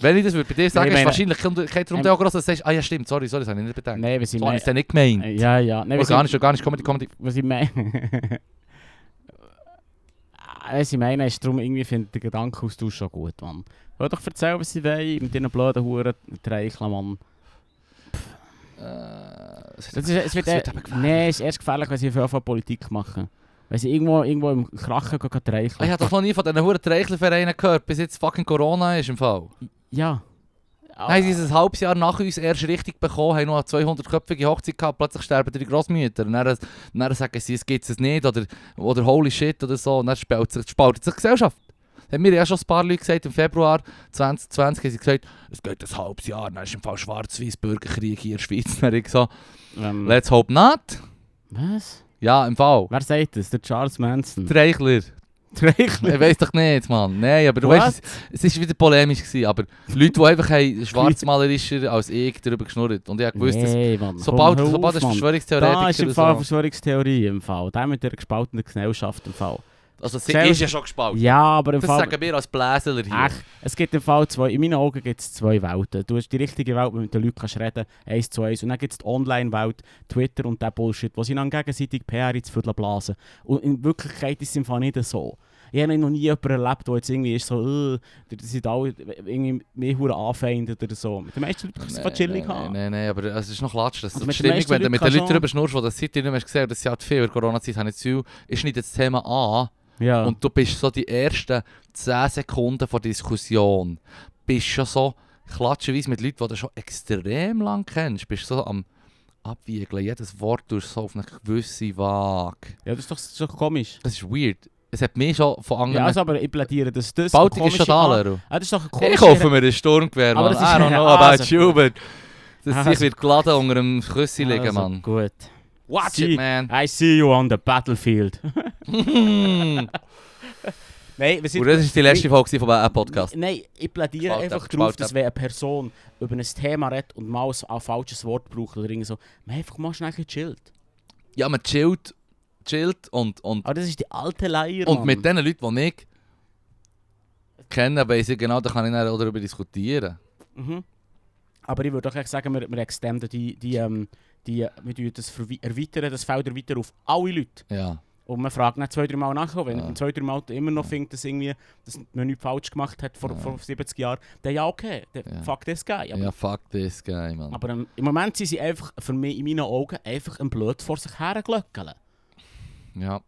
Speaker 1: wenn ich das würde bei dir sagen,
Speaker 2: ich
Speaker 1: ist
Speaker 2: meine-
Speaker 1: wahrscheinlich kein darum
Speaker 2: Ähm,
Speaker 1: auch groß, dass du sagst, ah ja stimmt, sorry, sorry, das habe ich nicht bedenkt.
Speaker 2: Nein, wir sind
Speaker 1: so habe ich es
Speaker 2: mehr...
Speaker 1: dann nicht gemeint.
Speaker 2: Äh, Ja, ja. Nein, wir sind-
Speaker 1: organisch, organisch, Comedy, Comedy.
Speaker 2: was ich meine. *laughs* Was ich meine, ist darum, irgendwie finde ich den Gedankenaustausch schon gut, Mann. Hör doch erzählen, was sie wollen, mit diesen blöden Huren treicheln, Mann.
Speaker 1: Äh, es
Speaker 2: Das
Speaker 1: wird-
Speaker 2: ist, es wird,
Speaker 1: es
Speaker 2: äh,
Speaker 1: wird eben gefährlich.
Speaker 2: Nein, es ist erst gefährlich, wenn sie viel von Politik machen. Wenn sie irgendwo, irgendwo im Krachen gehen, gehen
Speaker 1: Ich
Speaker 2: treicheln.
Speaker 1: habe doch noch nie von diesen huren Treichelvereinen gehört, bis jetzt fucking Corona ist im Fall.
Speaker 2: Ja.
Speaker 1: Ah. Nein, sie haben ein halbes Jahr nach uns erst richtig bekommen, haben noch eine 200-köpfige Hochzeit gehabt, plötzlich sterben drei Grossmütter. Und dann, dann sagen sie, es gibt es nicht oder, oder holy shit oder so. Und dann spaltet sich, spaltet sich die Gesellschaft. Haben mir ja schon ein paar Leute gesagt, im Februar 2020 haben sie gesagt, es geht ein halbes Jahr, dann ist im Fall schwarz-weiß Bürgerkrieg hier in der Schweiz. *laughs* Dann habe ich gesagt,
Speaker 2: Ähm,
Speaker 1: let's hope not.
Speaker 2: was?
Speaker 1: Ja, im Fall.
Speaker 2: Wer sagt das? Der Charles
Speaker 1: *laughs*
Speaker 2: Manson.
Speaker 1: Treichler.
Speaker 2: Treicheln?
Speaker 1: Ich weiß doch nicht, Mann. Nein, aber du
Speaker 2: What?
Speaker 1: weißt, es es war wieder polemisch, gewesen, aber Leute, die einfach haben, schwarzmalerischer als ich darüber geschnurrt. Und ich habe gewusst, dass
Speaker 2: Nee, Mann.
Speaker 1: Sobald,
Speaker 2: komm, hör
Speaker 1: sobald
Speaker 2: auf,
Speaker 1: es
Speaker 2: Mann. Da ist
Speaker 1: Verschwörungstheoretiker
Speaker 2: im Fall eine
Speaker 1: so.
Speaker 2: Verschwörungstheorie im Fall. Der mit der gespaltenen Gesellschaft im Fall.
Speaker 1: Also sie
Speaker 2: Selbst-
Speaker 1: ist ja schon gespalten.
Speaker 2: Ja, aber im
Speaker 1: Das
Speaker 2: Fall.
Speaker 1: sagen wir als Bläseler hier.
Speaker 2: Ach, es gibt im Fall zwei, in meinen Augen gibt es zwei Welten. Du hast die richtige Welt, wo du mit den Leuten kannst reden, eins zu eins. Und dann gibt es die Online-Welt, Twitter und der Bullshit, wo sie dann gegenseitig PR ins Viertel blasen. Und in Wirklichkeit ist es im Fall nicht so. Ich habe noch nie jemanden erlebt, der jetzt irgendwie ist so, äh, die sind alle irgendwie mehr Huren anfeindet oder so. Mit den meisten Leuten kannst du es von chillig
Speaker 1: Nein,
Speaker 2: haben.
Speaker 1: nein, nein, aber es ist noch Klatsch. Das
Speaker 2: Also
Speaker 1: ist
Speaker 2: mit den
Speaker 1: stimmig,
Speaker 2: meisten
Speaker 1: wenn du
Speaker 2: Leuten
Speaker 1: mit den
Speaker 2: kannst
Speaker 1: Leuten
Speaker 2: du-
Speaker 1: darüber schnurst, die das seit nicht mehr hast gesehen, das sind halt viel in der Corona-Zeit, habe ich das Gefühl, ich schneide das Thema an
Speaker 2: Ja.
Speaker 1: und du bist so die ersten 10 Sekunden von Diskussion. Bist schon so klatschenweise mit Leuten, die du schon extrem lang kennst, bist so am abwiegeln. Jedes Wort tust du so auf eine gewisse Waage.
Speaker 2: ja, das ist doch, das ist doch komisch.
Speaker 1: Das ist weird. Es hat mich schon von anderen...
Speaker 2: Ja, also, aber ich plädiere, dass das
Speaker 1: Baltic ist
Speaker 2: komische
Speaker 1: schon da,
Speaker 2: An-
Speaker 1: Leru.
Speaker 2: Ah, das ist doch eine komische
Speaker 1: Ich hoffe mir ein Sturmgewehr,
Speaker 2: Aber
Speaker 1: Mann. I
Speaker 2: das ist-
Speaker 1: don't know
Speaker 2: Ah,
Speaker 1: about
Speaker 2: so
Speaker 1: you,
Speaker 2: gut. Ah,
Speaker 1: but... Das Sieg
Speaker 2: so
Speaker 1: wird geladen unter dem Küssi liegen,
Speaker 2: Also,
Speaker 1: Mann.
Speaker 2: Gut.
Speaker 1: Watch
Speaker 2: Sie-
Speaker 1: it, man.
Speaker 2: I see you on the *laughs* battlefield.
Speaker 1: Mm.
Speaker 2: Nein, wir
Speaker 1: Und das ist die letzte Folge von diesem Podcast.
Speaker 2: Nein, ich plädiere
Speaker 1: Gespalten,
Speaker 2: einfach darauf,
Speaker 1: gespalten.
Speaker 2: dass wenn eine Person über ein Thema redet und mal so ein falsches Wort braucht oder irgendwie so, man einfach mal schnell gechillt.
Speaker 1: Ja, man chillt, chillt und, und,
Speaker 2: Aber das ist die alte Leier,
Speaker 1: und
Speaker 2: Mann.
Speaker 1: mit den Leuten, die ich kenne, weiss ich genau, da kann ich dann auch darüber diskutieren.
Speaker 2: Mhm. Aber ich würde doch echt sagen, wir, wir extenden die, die, ähm, die, wir tun das verwi- erweitern, das Feld erweitern auf alle Leute.
Speaker 1: Ja.
Speaker 2: Und man fragt nicht zwei, drei Mal nach, Und wenn
Speaker 1: Ja.
Speaker 2: man zwei, drei Mal immer noch findet, dass, irgendwie, dass man nichts falsch gemacht hat vor,
Speaker 1: Ja.
Speaker 2: vor 70 Jahren, dann ja okay, dann
Speaker 1: Ja.
Speaker 2: fuck this guy. Aber
Speaker 1: Ja, Ah. fuck this guy, Mann.
Speaker 2: Aber ähm, im Moment sind sie einfach, für mich in meinen Augen, einfach ein Blöd vor sich herglöckeln.
Speaker 1: Ja.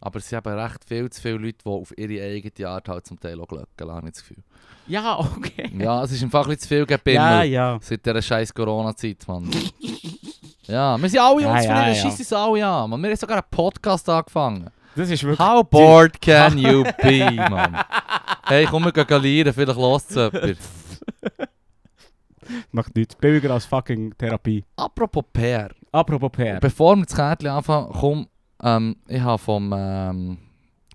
Speaker 1: Aber es sind eben recht viel zu viele Leute, die auf ihre eigene Art halt zum Teil auch glöckeln, habe ich das *laughs* Gefühl.
Speaker 2: Ja, okay.
Speaker 1: Ja, es ist im Fall ein bisschen zu viel gebimmelt.
Speaker 2: Ja, ja.
Speaker 1: Seit dieser scheiß Corona-Zeit, Mann. *laughs* ja, wir sind alle
Speaker 2: Ja,
Speaker 1: uns
Speaker 2: ja,
Speaker 1: ja,
Speaker 2: ja.
Speaker 1: scheiss uns alle an. Mann. Wir haben sogar einen Podcast angefangen.
Speaker 2: Das ist wirklich...
Speaker 1: How bored *laughs* can you be, Mann? Hey, komm, wir gehen lieren, vielleicht lässt es jemand.
Speaker 2: Macht nichts. Billiger als fucking Therapie.
Speaker 1: Apropos PR.
Speaker 2: Apropos PR.
Speaker 1: Bevor wir das Kärtchen anfangen, komm, ähm, ich habe vom... Ähm,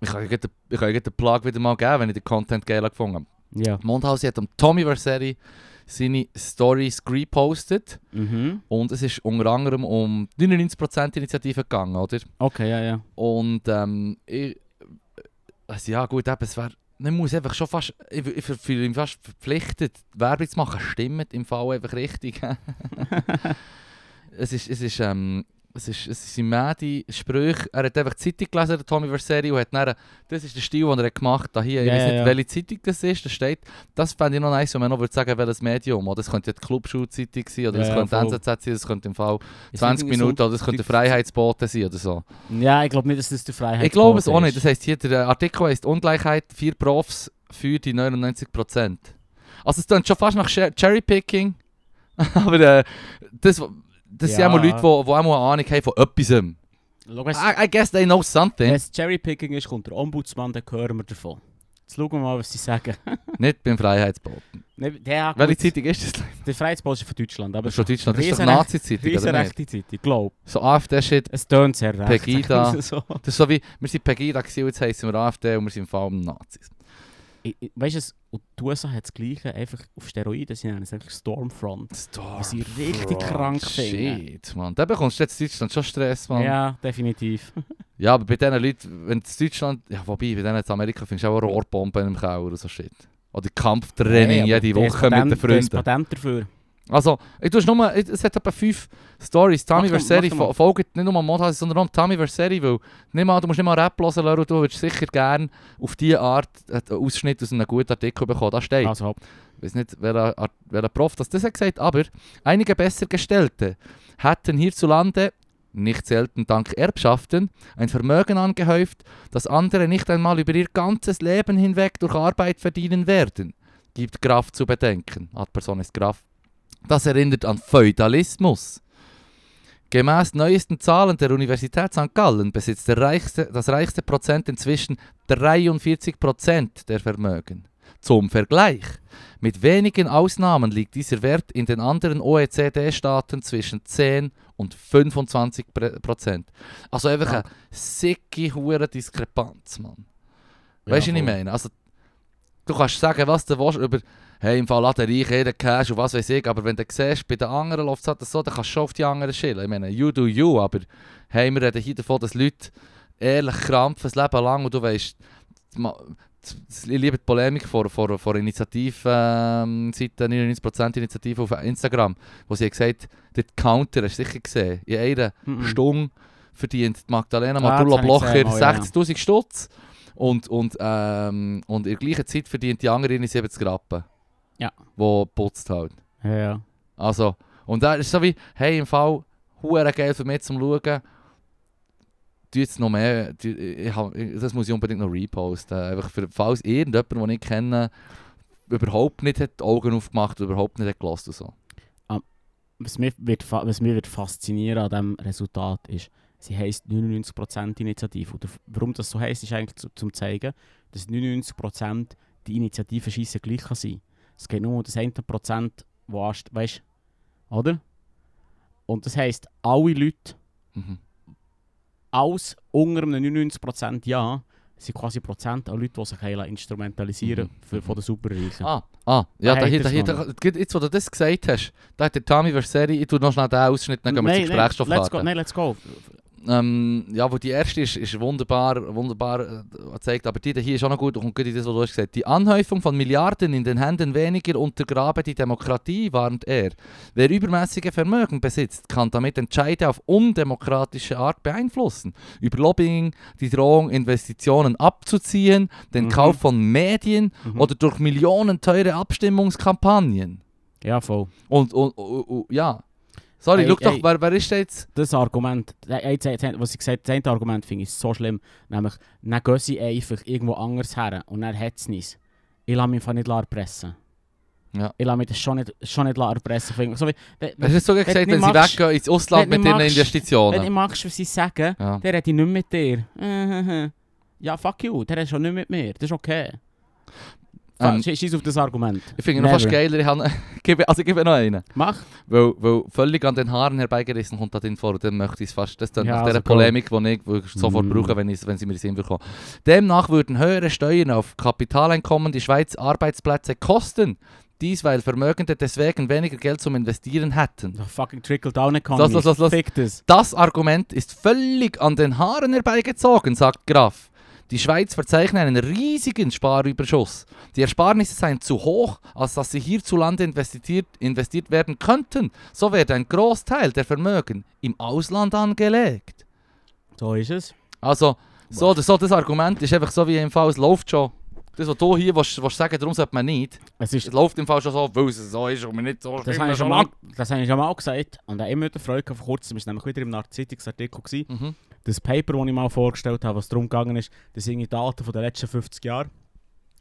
Speaker 1: ich kann ja gleich den- ich kann ja gleich den Plug wieder mal geben, wenn ich den Content geil gefunden habe.
Speaker 2: Ja.
Speaker 1: Mondhausen hat am Tommy Verseri seine Stories gepostet.
Speaker 2: Mhm.
Speaker 1: Und es ist unter anderem um 99% Initiative gegangen, oder?
Speaker 2: Okay, ja, ja.
Speaker 1: Und ähm, ich, also ja gut, eben, es wär, man muss einfach schon fast, ich, ich fühle mich fast verpflichtet,
Speaker 2: *laughs*
Speaker 1: Werbung zu machen, stimmt im Fall einfach richtig. es ist, es ist ähm, es, ist, es sind Mädi Sprüche. Er hat einfach die Zeitung gelesen, der Tommy Verseri, und hat dann, das ist der Stil, den er hat gemacht hat. Hier, ich
Speaker 2: Ja,
Speaker 1: weiß
Speaker 2: ja,
Speaker 1: nicht,
Speaker 2: ja.
Speaker 1: welche Zeitung das ist, da steht, das fände ich noch nice, wenn man noch würde sagen, welches Medium. Oder das könnte ja die Clubschulzeitung sein, oder
Speaker 2: Ja,
Speaker 1: das
Speaker 2: ja,
Speaker 1: könnte
Speaker 2: voll.
Speaker 1: NZZ sein, das könnte im Fall
Speaker 2: Ist
Speaker 1: 20
Speaker 2: irgendwie
Speaker 1: Minuten,
Speaker 2: so-
Speaker 1: oder das könnte Freiheitsbote sein oder so.
Speaker 2: Ja, ich glaube nicht, dass das die Freiheit
Speaker 1: Ich glaube es
Speaker 2: Quote
Speaker 1: auch
Speaker 2: ist.
Speaker 1: nicht. Das heisst, hier der Artikel heisst Ungleichheit, vier Profs für die 99%. Also es klingt schon fast nach Scher- Cherrypicking. *laughs* Aber äh, das, das sind
Speaker 2: Ja.
Speaker 1: auch mal Leute, die auch mal eine Ahnung haben von etwas.
Speaker 2: Schau, es-
Speaker 1: I, I guess they know something.
Speaker 2: Wenn es Cherrypicking ist, kommt der Ombudsmann, dann hören wir davon. Jetzt schauen wir mal, was sie sagen.
Speaker 1: Nicht beim Freiheitsboten.
Speaker 2: Ne, der,
Speaker 1: Welche Zeitung ist das?
Speaker 2: Der Freiheitspost ist von Deutschland, aber
Speaker 1: Aber
Speaker 2: es ist
Speaker 1: schon Deutschland. Das ist doch
Speaker 2: Riesenrecht-
Speaker 1: Nazi-Zeitung,
Speaker 2: eine
Speaker 1: oder nicht?
Speaker 2: rechte Zeit, ich glaube.
Speaker 1: So AfD-Shit.
Speaker 2: Es tönt sehr recht. *laughs*
Speaker 1: Pegida.
Speaker 2: sagen wir So.
Speaker 1: Das ist so wie, wir sind Pegida gewesen, jetzt heissen wir AfD und wir sind im Fall Nazis.
Speaker 2: Ich, ich, weißt du, es- und die USA hat das Gleiche, einfach auf Steroiden, sie nennen es einfach Stormfront.
Speaker 1: Star.
Speaker 2: Was ich richtig krank finde.
Speaker 1: Shit, Mann. Da bekommst du jetzt in Deutschland schon Stress, Mann.
Speaker 2: Ja, definitiv.
Speaker 1: Ja, aber bei diesen Leuten, wenn es Deutschland, ja, wobei, bei denen in Amerika findest du auch Rohrbomben im Keller oder so shit. Oder Kampftraining
Speaker 2: Hey, aber
Speaker 1: jede
Speaker 2: der ist
Speaker 1: Woche
Speaker 2: Patent-
Speaker 1: mit den
Speaker 2: der ist
Speaker 1: Freunden.
Speaker 2: Patent dafür.
Speaker 1: Also, ich tu's nur, ich- es hat etwa fünf Stories. Tommy
Speaker 2: Mach doch-
Speaker 1: Verseri
Speaker 2: mach doch mal.
Speaker 1: folgt nicht nur am Modhase, sondern auch am Tommy Verseri, weil nicht mal, du musst nicht mal Rap hören, Leru, du würdest sicher gerne auf diese Art einen Ausschnitt aus einem guten Artikel bekommen. Da steht.
Speaker 2: Also, hopp.
Speaker 1: Ich weiß nicht, wer, wer der Prof das, das hat gesagt, aber einige Bessergestellte hätten hierzulande, nicht selten dank Erbschaften, ein Vermögen angehäuft, das andere nicht einmal über ihr ganzes Leben hinweg durch Arbeit verdienen werden. Gibt Graf zu bedenken. Ad Person ist Graf. Das erinnert an Feudalismus. Gemäß neuesten Zahlen der Universität St. Gallen besitzt der reichste, das reichste Prozent inzwischen 43 Prozent der Vermögen. Zum Vergleich. Mit wenigen Ausnahmen liegt dieser Wert in den anderen E OECD-Staaten zwischen 10 und 25 Pre- Prozent. Also einfach eine sicke, hure Diskrepanz, Mann. Weißt du, was ich
Speaker 2: voll.
Speaker 1: meine? Also, du kannst sagen, was du willst über, hey, im Fall hat der Reich jeder Cash und was weiß ich, aber wenn du siehst, bei den anderen läuft es halt so, dann kannst du schon auf die anderen schillen. Ich meine, you do you, aber hey, wir reden hier davon, dass Leute ehrlich krampfen, das Leben lang und du weißt, ich liebe die Polemik vor, vor, vor Initiativen, ähm, seit 99% Initiative auf Instagram, wo sie gesagt haben, die Counter, hast du sicher gesehen, in einer
Speaker 2: Mhm.
Speaker 1: Stung verdient die Magdalena
Speaker 2: Ah, das
Speaker 1: Matula
Speaker 2: hab ich
Speaker 1: Blocher
Speaker 2: gesehen, oh ja.
Speaker 1: 60'000 Stutz und, und, ähm, und in der gleichen Zeit verdient die andere ihre 70 Rappen.
Speaker 2: Ja.
Speaker 1: Wo putzt halt.
Speaker 2: Ja, ja.
Speaker 1: Also, und da ist so wie, hey, im Fall, hure geil für mich zum Schauen. Tu jetzt noch mehr, tu- ich, hab- ich, das muss ich unbedingt noch reposten. Einfach für, falls irgendjemand, den ich kenne, überhaupt nicht hat die Augen aufgemacht, überhaupt nicht hat gelassen und so.
Speaker 2: was mich wird, fa- was mich wird faszinieren an diesem Resultat ist, sie heisst 99% Initiative. Oder warum das so heisst, ist eigentlich zu, zum zeigen, dass 99% die Initiative scheiße gleich kann sein. Es geht nur um das 1%, Prozent, wo anst- weißt, oder? Und das heisst, alle Leute,
Speaker 1: Mhm.
Speaker 2: alles unter einem 99% ja, sind quasi Prozent an Leute, die sich wollen instrumentalisieren
Speaker 1: Mhm.
Speaker 2: für, von den Superreichen.
Speaker 1: Ah, ah, ja,
Speaker 2: Ah,
Speaker 1: da
Speaker 2: hey,
Speaker 1: hier, da
Speaker 2: das
Speaker 1: hier,
Speaker 2: noch
Speaker 1: da, jetzt, wo du das gesagt hast, da hat der Tommy Verseri, ich tu noch schnell den Ausschnitt, dann gehen wir zur
Speaker 2: let's go,
Speaker 1: Gesprächsstoffkarte.
Speaker 2: nein, let's go.
Speaker 1: Ähm, ja, wo die erste ist, ist wunderbar, wunderbar äh, gezeigt, aber die da hier ist auch noch gut und kommt gut in das, was du hast gesagt. Die Anhäufung von Milliarden in den Händen weniger untergrabe die Demokratie, warnt er. Wer übermäßige Vermögen besitzt, kann damit Entscheide auf undemokratische Art beeinflussen. Über Lobbying, die Drohung, Investitionen abzuziehen, den
Speaker 2: Mhm.
Speaker 1: Kauf von Medien
Speaker 2: Mhm.
Speaker 1: oder durch Millionen teure Abstimmungskampagnen.
Speaker 2: Ja, voll.
Speaker 1: Und, und, und, und ja. Sorry,
Speaker 2: Ey,
Speaker 1: schau doch,
Speaker 2: ey.
Speaker 1: wer, wer ist da jetzt?
Speaker 2: das Argument, äh, jetzt, jetzt, was ich gesagt habe, das eine Argument finde ich so schlimm, nämlich, dann gehen sie einfach irgendwo anders her und dann hat es nichts. Ich lasse mich einfach nicht erpressen.
Speaker 1: Ja.
Speaker 2: Ich lasse mich das schon nicht, schon nicht erpressen. finde ich. So wie, wenn,
Speaker 1: Hast
Speaker 2: wenn,
Speaker 1: du es so
Speaker 2: Wenn
Speaker 1: gesagt, wenn,
Speaker 2: du
Speaker 1: sie
Speaker 2: machst-
Speaker 1: weggehen ins Ausland
Speaker 2: wenn
Speaker 1: mit
Speaker 2: du
Speaker 1: ihren
Speaker 2: machst- wenn ich
Speaker 1: Investitionen?
Speaker 2: magst, was sie sagen,
Speaker 1: Ja.
Speaker 2: dann rede ich nicht mit dir. *laughs* Mhm. ja, fuck you, der ist schon nicht mit mir. Das ist okay.
Speaker 1: Ähm,
Speaker 2: Ähm, Scheiß auf das Argument.
Speaker 1: Ich finde ihn *laughs* noch fast
Speaker 2: Never.
Speaker 1: geiler. Ich habe, Gebe- also ich gebe noch einen.
Speaker 2: Mach.
Speaker 1: Weil, weil völlig an den Haaren herbeigerissen kommt da drin vor. Und dann möchte ich es fast. Das dann
Speaker 2: Ja,
Speaker 1: nach dieser
Speaker 2: also cool.
Speaker 1: Polemik, die ich, die ich sofort
Speaker 2: Mm.
Speaker 1: brauche, wenn, ich, wenn sie mir das hinbekommen. Demnach würden höhere Steuern auf Kapitaleinkommen die Schweiz Arbeitsplätze kosten. Dies, weil Vermögende deswegen weniger Geld zum Investieren hätten.
Speaker 2: The fucking Trickle-Down-Economy.
Speaker 1: Los, los, los, los.
Speaker 2: Fick das.
Speaker 1: Das Argument ist völlig an den Haaren herbeigezogen, sagt Graf. Die Schweiz verzeichnet einen riesigen Sparüberschuss. Die Ersparnisse seien zu hoch, als dass sie hierzulande investiert, investiert werden könnten. So werde ein Großteil der Vermögen im Ausland angelegt.
Speaker 2: So ist es.
Speaker 1: Also, so oder so, das Argument ist einfach so wie im Fall, es läuft schon. Das, was du hier willst, willst sagen darum sollte man nicht.
Speaker 2: es ist
Speaker 1: Es läuft im Fall schon so, weil es so ist und man nicht so
Speaker 2: Das
Speaker 1: immer
Speaker 2: habe, ich schon
Speaker 1: so
Speaker 2: mal,
Speaker 1: lang-
Speaker 2: das habe ich schon mal gesagt und habe immer die Freude gehabt, vor kurzem, ist nämlich wieder im Zeitungsartikel gewesen,
Speaker 1: Mhm.
Speaker 2: das Paper, das ich mal vorgestellt habe, was darum gegangen ist, das sind die Daten von den letzten 50 Jahren.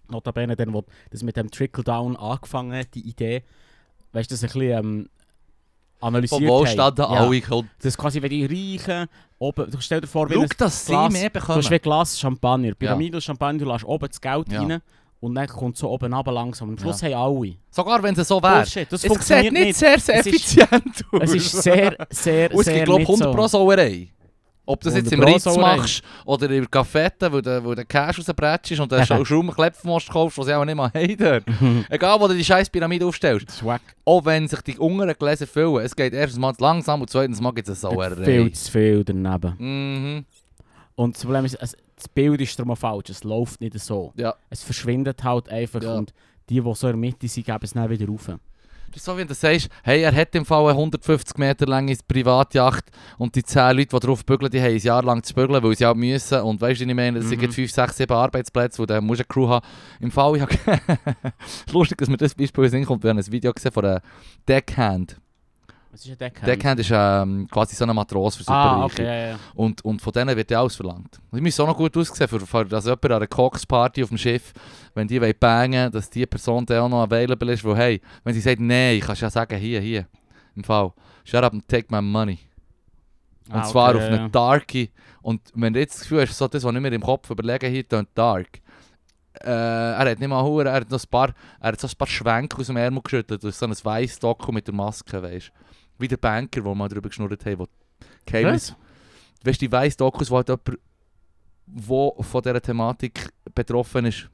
Speaker 2: Notabene dann, wo das mit dem Trickle-Down angefangen hat, die Idee, weißt du, das ein bisschen ähm, analysiert
Speaker 1: Vom Wohlstand an
Speaker 2: haben. Ja.
Speaker 1: alle kommt.
Speaker 2: Das ist quasi, wenn die Reichen oben, du stell dir vor, wenn
Speaker 1: Schau,
Speaker 2: ein
Speaker 1: dass sie
Speaker 2: Glas-
Speaker 1: mehr
Speaker 2: du hast wie
Speaker 1: bekommen.
Speaker 2: ein Glas Champagner, Pyramidal Champagner, du lässt oben das Geld
Speaker 1: Ja.
Speaker 2: rein und dann kommt so oben runter langsam. Am Schluss haben alle.
Speaker 1: Sogar wenn es so wäre.
Speaker 2: Bullshit, das
Speaker 1: Es sieht
Speaker 2: funktioniert
Speaker 1: nicht
Speaker 2: nicht.
Speaker 1: sehr, sehr
Speaker 2: Es ist-
Speaker 1: effizient
Speaker 2: *laughs*
Speaker 1: aus.
Speaker 2: Es ist sehr, sehr,
Speaker 1: Und es
Speaker 2: sehr
Speaker 1: gibt, glaube ich,
Speaker 2: nicht
Speaker 1: 100 Pro
Speaker 2: so.
Speaker 1: Sauerei. Ob du das jetzt im
Speaker 2: 100
Speaker 1: Ritz
Speaker 2: Pro Sauerei.
Speaker 1: machst oder in der Cafette, wo der, wo der Cash rausbrätschst und dann schon Schaumklepfmost kaufst, was sie auch nicht mal haben dort. Egal, wo du die scheiß Pyramide aufstellst.
Speaker 2: Swag.
Speaker 1: Auch wenn sich die unteren Gläser füllen, es geht erstens mal zu langsam und zweitens mal gibt es eine Sauerei.
Speaker 2: Viel zu viel daneben.
Speaker 1: Mhm.
Speaker 2: Und das Problem ist, es, das Bild ist darum auch falsch. Es läuft nicht so.
Speaker 1: Ja.
Speaker 2: Es verschwindet halt einfach
Speaker 1: Ja.
Speaker 2: und die, die nou so in der Mitte sind, geben es dann wieder rauf.
Speaker 1: Das ist so, wenn du sagst, hey, er hat im Fall eine 150 Meter lange Privatjacht und die 10 Leute, die drauf bügeln, die haben ein Jahr lang zu bügeln, weil sie halt müssen. Und weißt du, ich meine, es
Speaker 2: Mhm.
Speaker 1: sind 5, 6, 7 Arbeitsplätze, wo dann musst du eine Crew haben. Im Fall, ich habe... *laughs* Lustig, dass mir das Beispiel in den Sinn kommt. Wir haben ein Video gesehen von einer Deckhand.
Speaker 2: Was ist ein Deckhand?
Speaker 1: Deckhand ist ähm, quasi so ein Matros für
Speaker 2: Ah,
Speaker 1: Superreiche.
Speaker 2: okay, ja, ja.
Speaker 1: Und, und von denen wird ja alles verlangt. Und Die müssen auch noch gut aussehen, für, für, dass jemand an einer Cox-Party auf dem Schiff, wenn die wollen bangen, dass die Person dann auch noch available ist, wo hey, wenn sie sagt, nein, kannst du ja sagen, hier, hier, im Fall, shut up and take my money. Und
Speaker 2: Ah,
Speaker 1: zwar
Speaker 2: okay,
Speaker 1: auf
Speaker 2: ja,
Speaker 1: eine
Speaker 2: ja.
Speaker 1: darke. Und wenn du jetzt das Gefühl hast, so das, was nicht mehr im Kopf überlegen, hier tönt dark. Äh, er hat nicht mal Huren, er hat noch ein paar, er hat so ein paar Schwenke aus dem Ärmel geschüttelt, durch so ein weißes Doku mit der Maske, weißt du. Wie der Banker, wo wir mal drüber geschnurrt haben, wo Geheimnis
Speaker 2: Was?
Speaker 1: weißt du, ich weiss Dokus, wo halt jemand, wo von dieser Thematik betroffen ist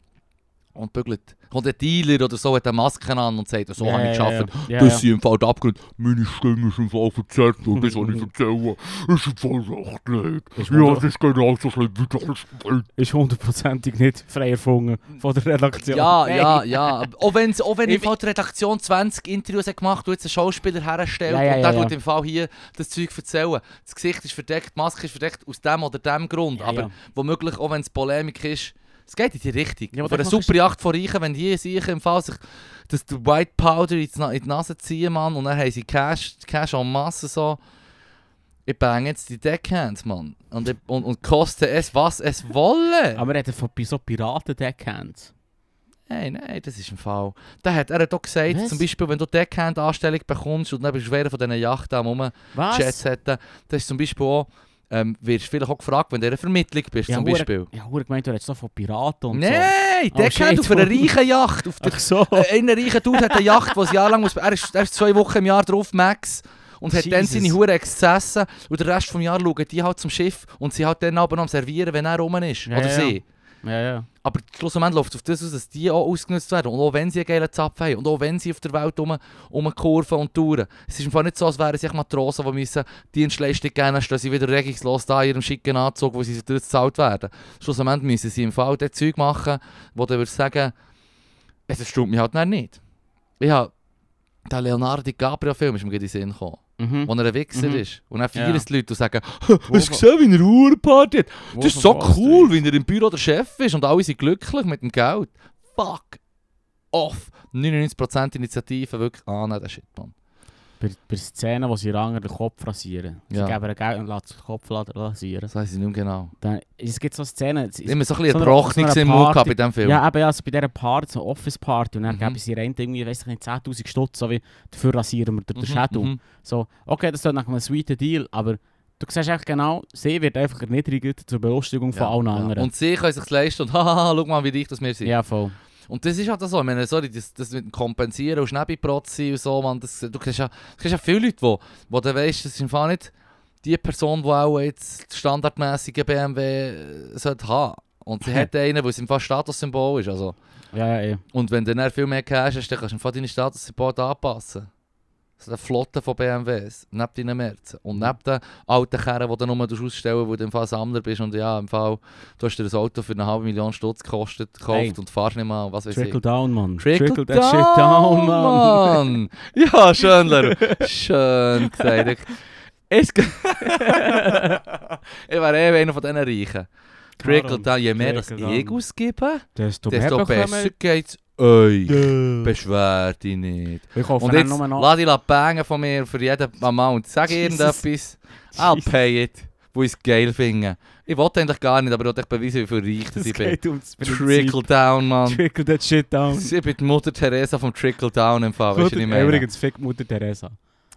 Speaker 1: und bügelt. Kommt ein Dealer oder so, hat eine Maske an und sagt, so
Speaker 2: Ja,
Speaker 1: habe ich
Speaker 2: ja, ja.
Speaker 1: geschafft.
Speaker 2: Ja,
Speaker 1: Das
Speaker 2: ja.
Speaker 1: sind im Fall die Abgründe. Meine Stimme ist im Fall verzerrt und
Speaker 2: *laughs*
Speaker 1: das, was ich erzähle, ist im Fall recht nicht.
Speaker 2: Ist
Speaker 1: Ja,
Speaker 2: wunderbar.
Speaker 1: das ist genau so schlimm wie das.
Speaker 2: Ist hundertprozentig nicht frei erfunden *laughs* von der Redaktion.
Speaker 1: Ja,
Speaker 2: Nein.
Speaker 1: ja, ja. Auch, wenn's, auch wenn
Speaker 2: Ich-
Speaker 1: im Fall die Redaktion 20 Interviews hat gemacht und jetzt einen Schauspieler herstellt
Speaker 2: Ja, ja,
Speaker 1: und
Speaker 2: ja,
Speaker 1: der
Speaker 2: ja.
Speaker 1: tut im Fall hier das Zeug erzählen. Das Gesicht ist verdeckt, die Maske ist verdeckt, aus dem oder dem Grund.
Speaker 2: Ja,
Speaker 1: aber
Speaker 2: ja.
Speaker 1: womöglich, auch wenn es Polemik ist, es geht in die Richtung.
Speaker 2: Ja, aber
Speaker 1: Für eine
Speaker 2: das machst
Speaker 1: super Yacht von Reichen, wenn die sich im Fall sich das der White Powder in die Na- in die Nase ziehen, Mann, und dann haben sie Cash, Cash en Masse so. Ich bang jetzt die Deckhand, Mann. Und, ich- und, und koste es, was es wolle.
Speaker 2: Aber er hat von so Piraten-Deckhands.
Speaker 1: Nein, nein, das ist ein Fall. Der hat, er hat auch gesagt,
Speaker 2: Was?
Speaker 1: zum Beispiel, wenn du Deckhand-Anstellung bekommst und dann bist du schwer von diesen Yachten am
Speaker 2: Was?
Speaker 1: rumgejets hätten, das ist zum Beispiel auch, ähm, wirst du vielleicht auch gefragt, wenn du in einer Vermittlung bist,
Speaker 2: Ja,
Speaker 1: zum
Speaker 2: hure-
Speaker 1: Beispiel.
Speaker 2: Ja, hure gemeint, du redest so von Piraten und
Speaker 1: Nein,
Speaker 2: Oh,
Speaker 1: Deckhand
Speaker 2: shit. Oh.
Speaker 1: auf einer reichen Yacht. Auf
Speaker 2: so. *laughs*
Speaker 1: der,
Speaker 2: Ach
Speaker 1: *laughs*
Speaker 2: so.
Speaker 1: äh, einer reichen Dude hat eine Yacht, die ein Jahr lang muss, er, ist, er ist zwei Wochen im Jahr drauf, Max. Und hat dann
Speaker 2: Jesus.
Speaker 1: seine Huren Exzesse und den Rest des Jahres schauen die halt zum Schiff und sie halt dann aber am Servieren, wenn er rum ist.
Speaker 2: Ja,
Speaker 1: Oder
Speaker 2: ja.
Speaker 1: sie.
Speaker 2: Ja, ja.
Speaker 1: Aber schlussendlich läuft es auf das aus, dass die auch ausgenutzt werden. Und auch wenn sie einen geilen Zapf haben und auch wenn sie auf der Welt um, um Kurven und Touren. Es ist im Fall nicht so, als wären sie Matrosen, die müssen Dienstleistung geben müssen, stehen sie wieder regungslos da in ihrem schicken Anzug, wo sie dort bezahlt werden. Schlussendlich müssen sie im Fall das Zeug machen, wo du würdest sagen, es stimmt mich halt dann nicht. Ich habe der Leonardo DiCaprio-Film ist mir gerade in den Sinn gekommen,
Speaker 2: Mhm.
Speaker 1: wo er ein Wichser
Speaker 2: Mhm.
Speaker 1: ist. Und dann
Speaker 2: Ja.
Speaker 1: feiern es die Leute und sagen,
Speaker 2: Wolf-
Speaker 1: hast du gesehen, wie er Hurenparty hat?
Speaker 2: Wolf
Speaker 1: Das ist
Speaker 2: of
Speaker 1: so
Speaker 2: Wall Street.
Speaker 1: cool, wenn er im Büro der Chef ist und alle sind glücklich mit dem Geld. Fuck off. 99% Initiativen wirklich annehmen, der Shit, Mann.
Speaker 2: Bei, bei Szenen, wo sie Ranger den Kopf rasieren. Sie
Speaker 1: Ja.
Speaker 2: geben ihr Geld und lassen den Kopf la- rasieren.
Speaker 1: Das weiss ich nicht mehr genau.
Speaker 2: Dann, es gibt so Szenen. Es, es,
Speaker 1: Immer so ein bisschen
Speaker 2: So eine-
Speaker 1: erbrochen
Speaker 2: so eine
Speaker 1: im Mund
Speaker 2: Party.
Speaker 1: bei diesem Film.
Speaker 2: ja, eben ja, so bei dieser Party, so Office-Party. Und dann
Speaker 1: Mhm.
Speaker 2: geben sie rein irgendwie, weiss ich nicht, 10'000 Stutz, so wie dafür rasieren wir den
Speaker 1: Mhm,
Speaker 2: mhm. Shadow.
Speaker 1: mhm.
Speaker 2: So, okay, das ist nach einem sweeten Deal, aber du siehst echt genau, sie wird einfach erniedrigt zur Belustigung von
Speaker 1: Ja,
Speaker 2: allen
Speaker 1: ja.
Speaker 2: anderen.
Speaker 1: Und sie können sich leisten und *laughs* haha, schau mal, wie reich das wir sind.
Speaker 2: ja, voll.
Speaker 1: Und das ist halt so, ich meine, sorry, das, das mit dem Kompensieren und Schneebibrot sein und so, man, das, du kennst ja, du kennst ja viele Leute, wo, wo du weißt, das ist im Fall nicht die Person, die auch jetzt die standardmäßige BMW äh, sollte haben. Und sie hat einen, der im Fall Statussymbol ist, also.
Speaker 2: Ja, ja, ja.
Speaker 1: Und wenn du dann viel mehr Cash hast, dann kannst du im Fall deine Statussymbole anpassen. so eine Flotte von BMWs, neben deinen Märzen und neben den alten Kerren, die du nur ausstellen wo du im Fall Sammler bist und ja, im Fall, du hast dir ein Auto für eine halbe Million Stutz gekostet, gekauft
Speaker 2: Hey.
Speaker 1: und fahrst nicht mal und was weiß ich.
Speaker 2: Trickle down, Mann.
Speaker 1: Trickle,
Speaker 2: that shit down, Mann. *laughs*
Speaker 1: Mann. Ja, schön, Leru. Schön gesagt. Ich- Es *laughs* g- ich wäre eh einer von diesen Reichen. Trickle
Speaker 2: Darum.
Speaker 1: down. Je mehr das
Speaker 2: Trickle down.
Speaker 1: ich ausgebe,
Speaker 2: Desto,
Speaker 1: desto
Speaker 2: mehr
Speaker 1: besser
Speaker 2: bekommen
Speaker 1: geht es euch.
Speaker 2: wir.
Speaker 1: Beschwer dich nicht.
Speaker 2: Ich kaufe
Speaker 1: Und
Speaker 2: dann
Speaker 1: jetzt
Speaker 2: nur noch-
Speaker 1: lass dich bangen von mir für jeden Amount. Sag
Speaker 2: Jesus.
Speaker 1: irgendetwas. I'll
Speaker 2: Jesus.
Speaker 1: pay it. Wo ich es geil finde. Ich wollte eigentlich gar nicht, aber ich wollte euch beweisen, wie viel reich das
Speaker 2: Es
Speaker 1: ich bin.
Speaker 2: geht ums Prinzip.
Speaker 1: Trickle down, Mann.
Speaker 2: Trickle that shit down.
Speaker 1: Ich bin die Mutter Teresa vom Trickle Down im Fall, weißt du, was ich
Speaker 2: Gut,
Speaker 1: meine?
Speaker 2: Übrigens, fick Mutter Teresa.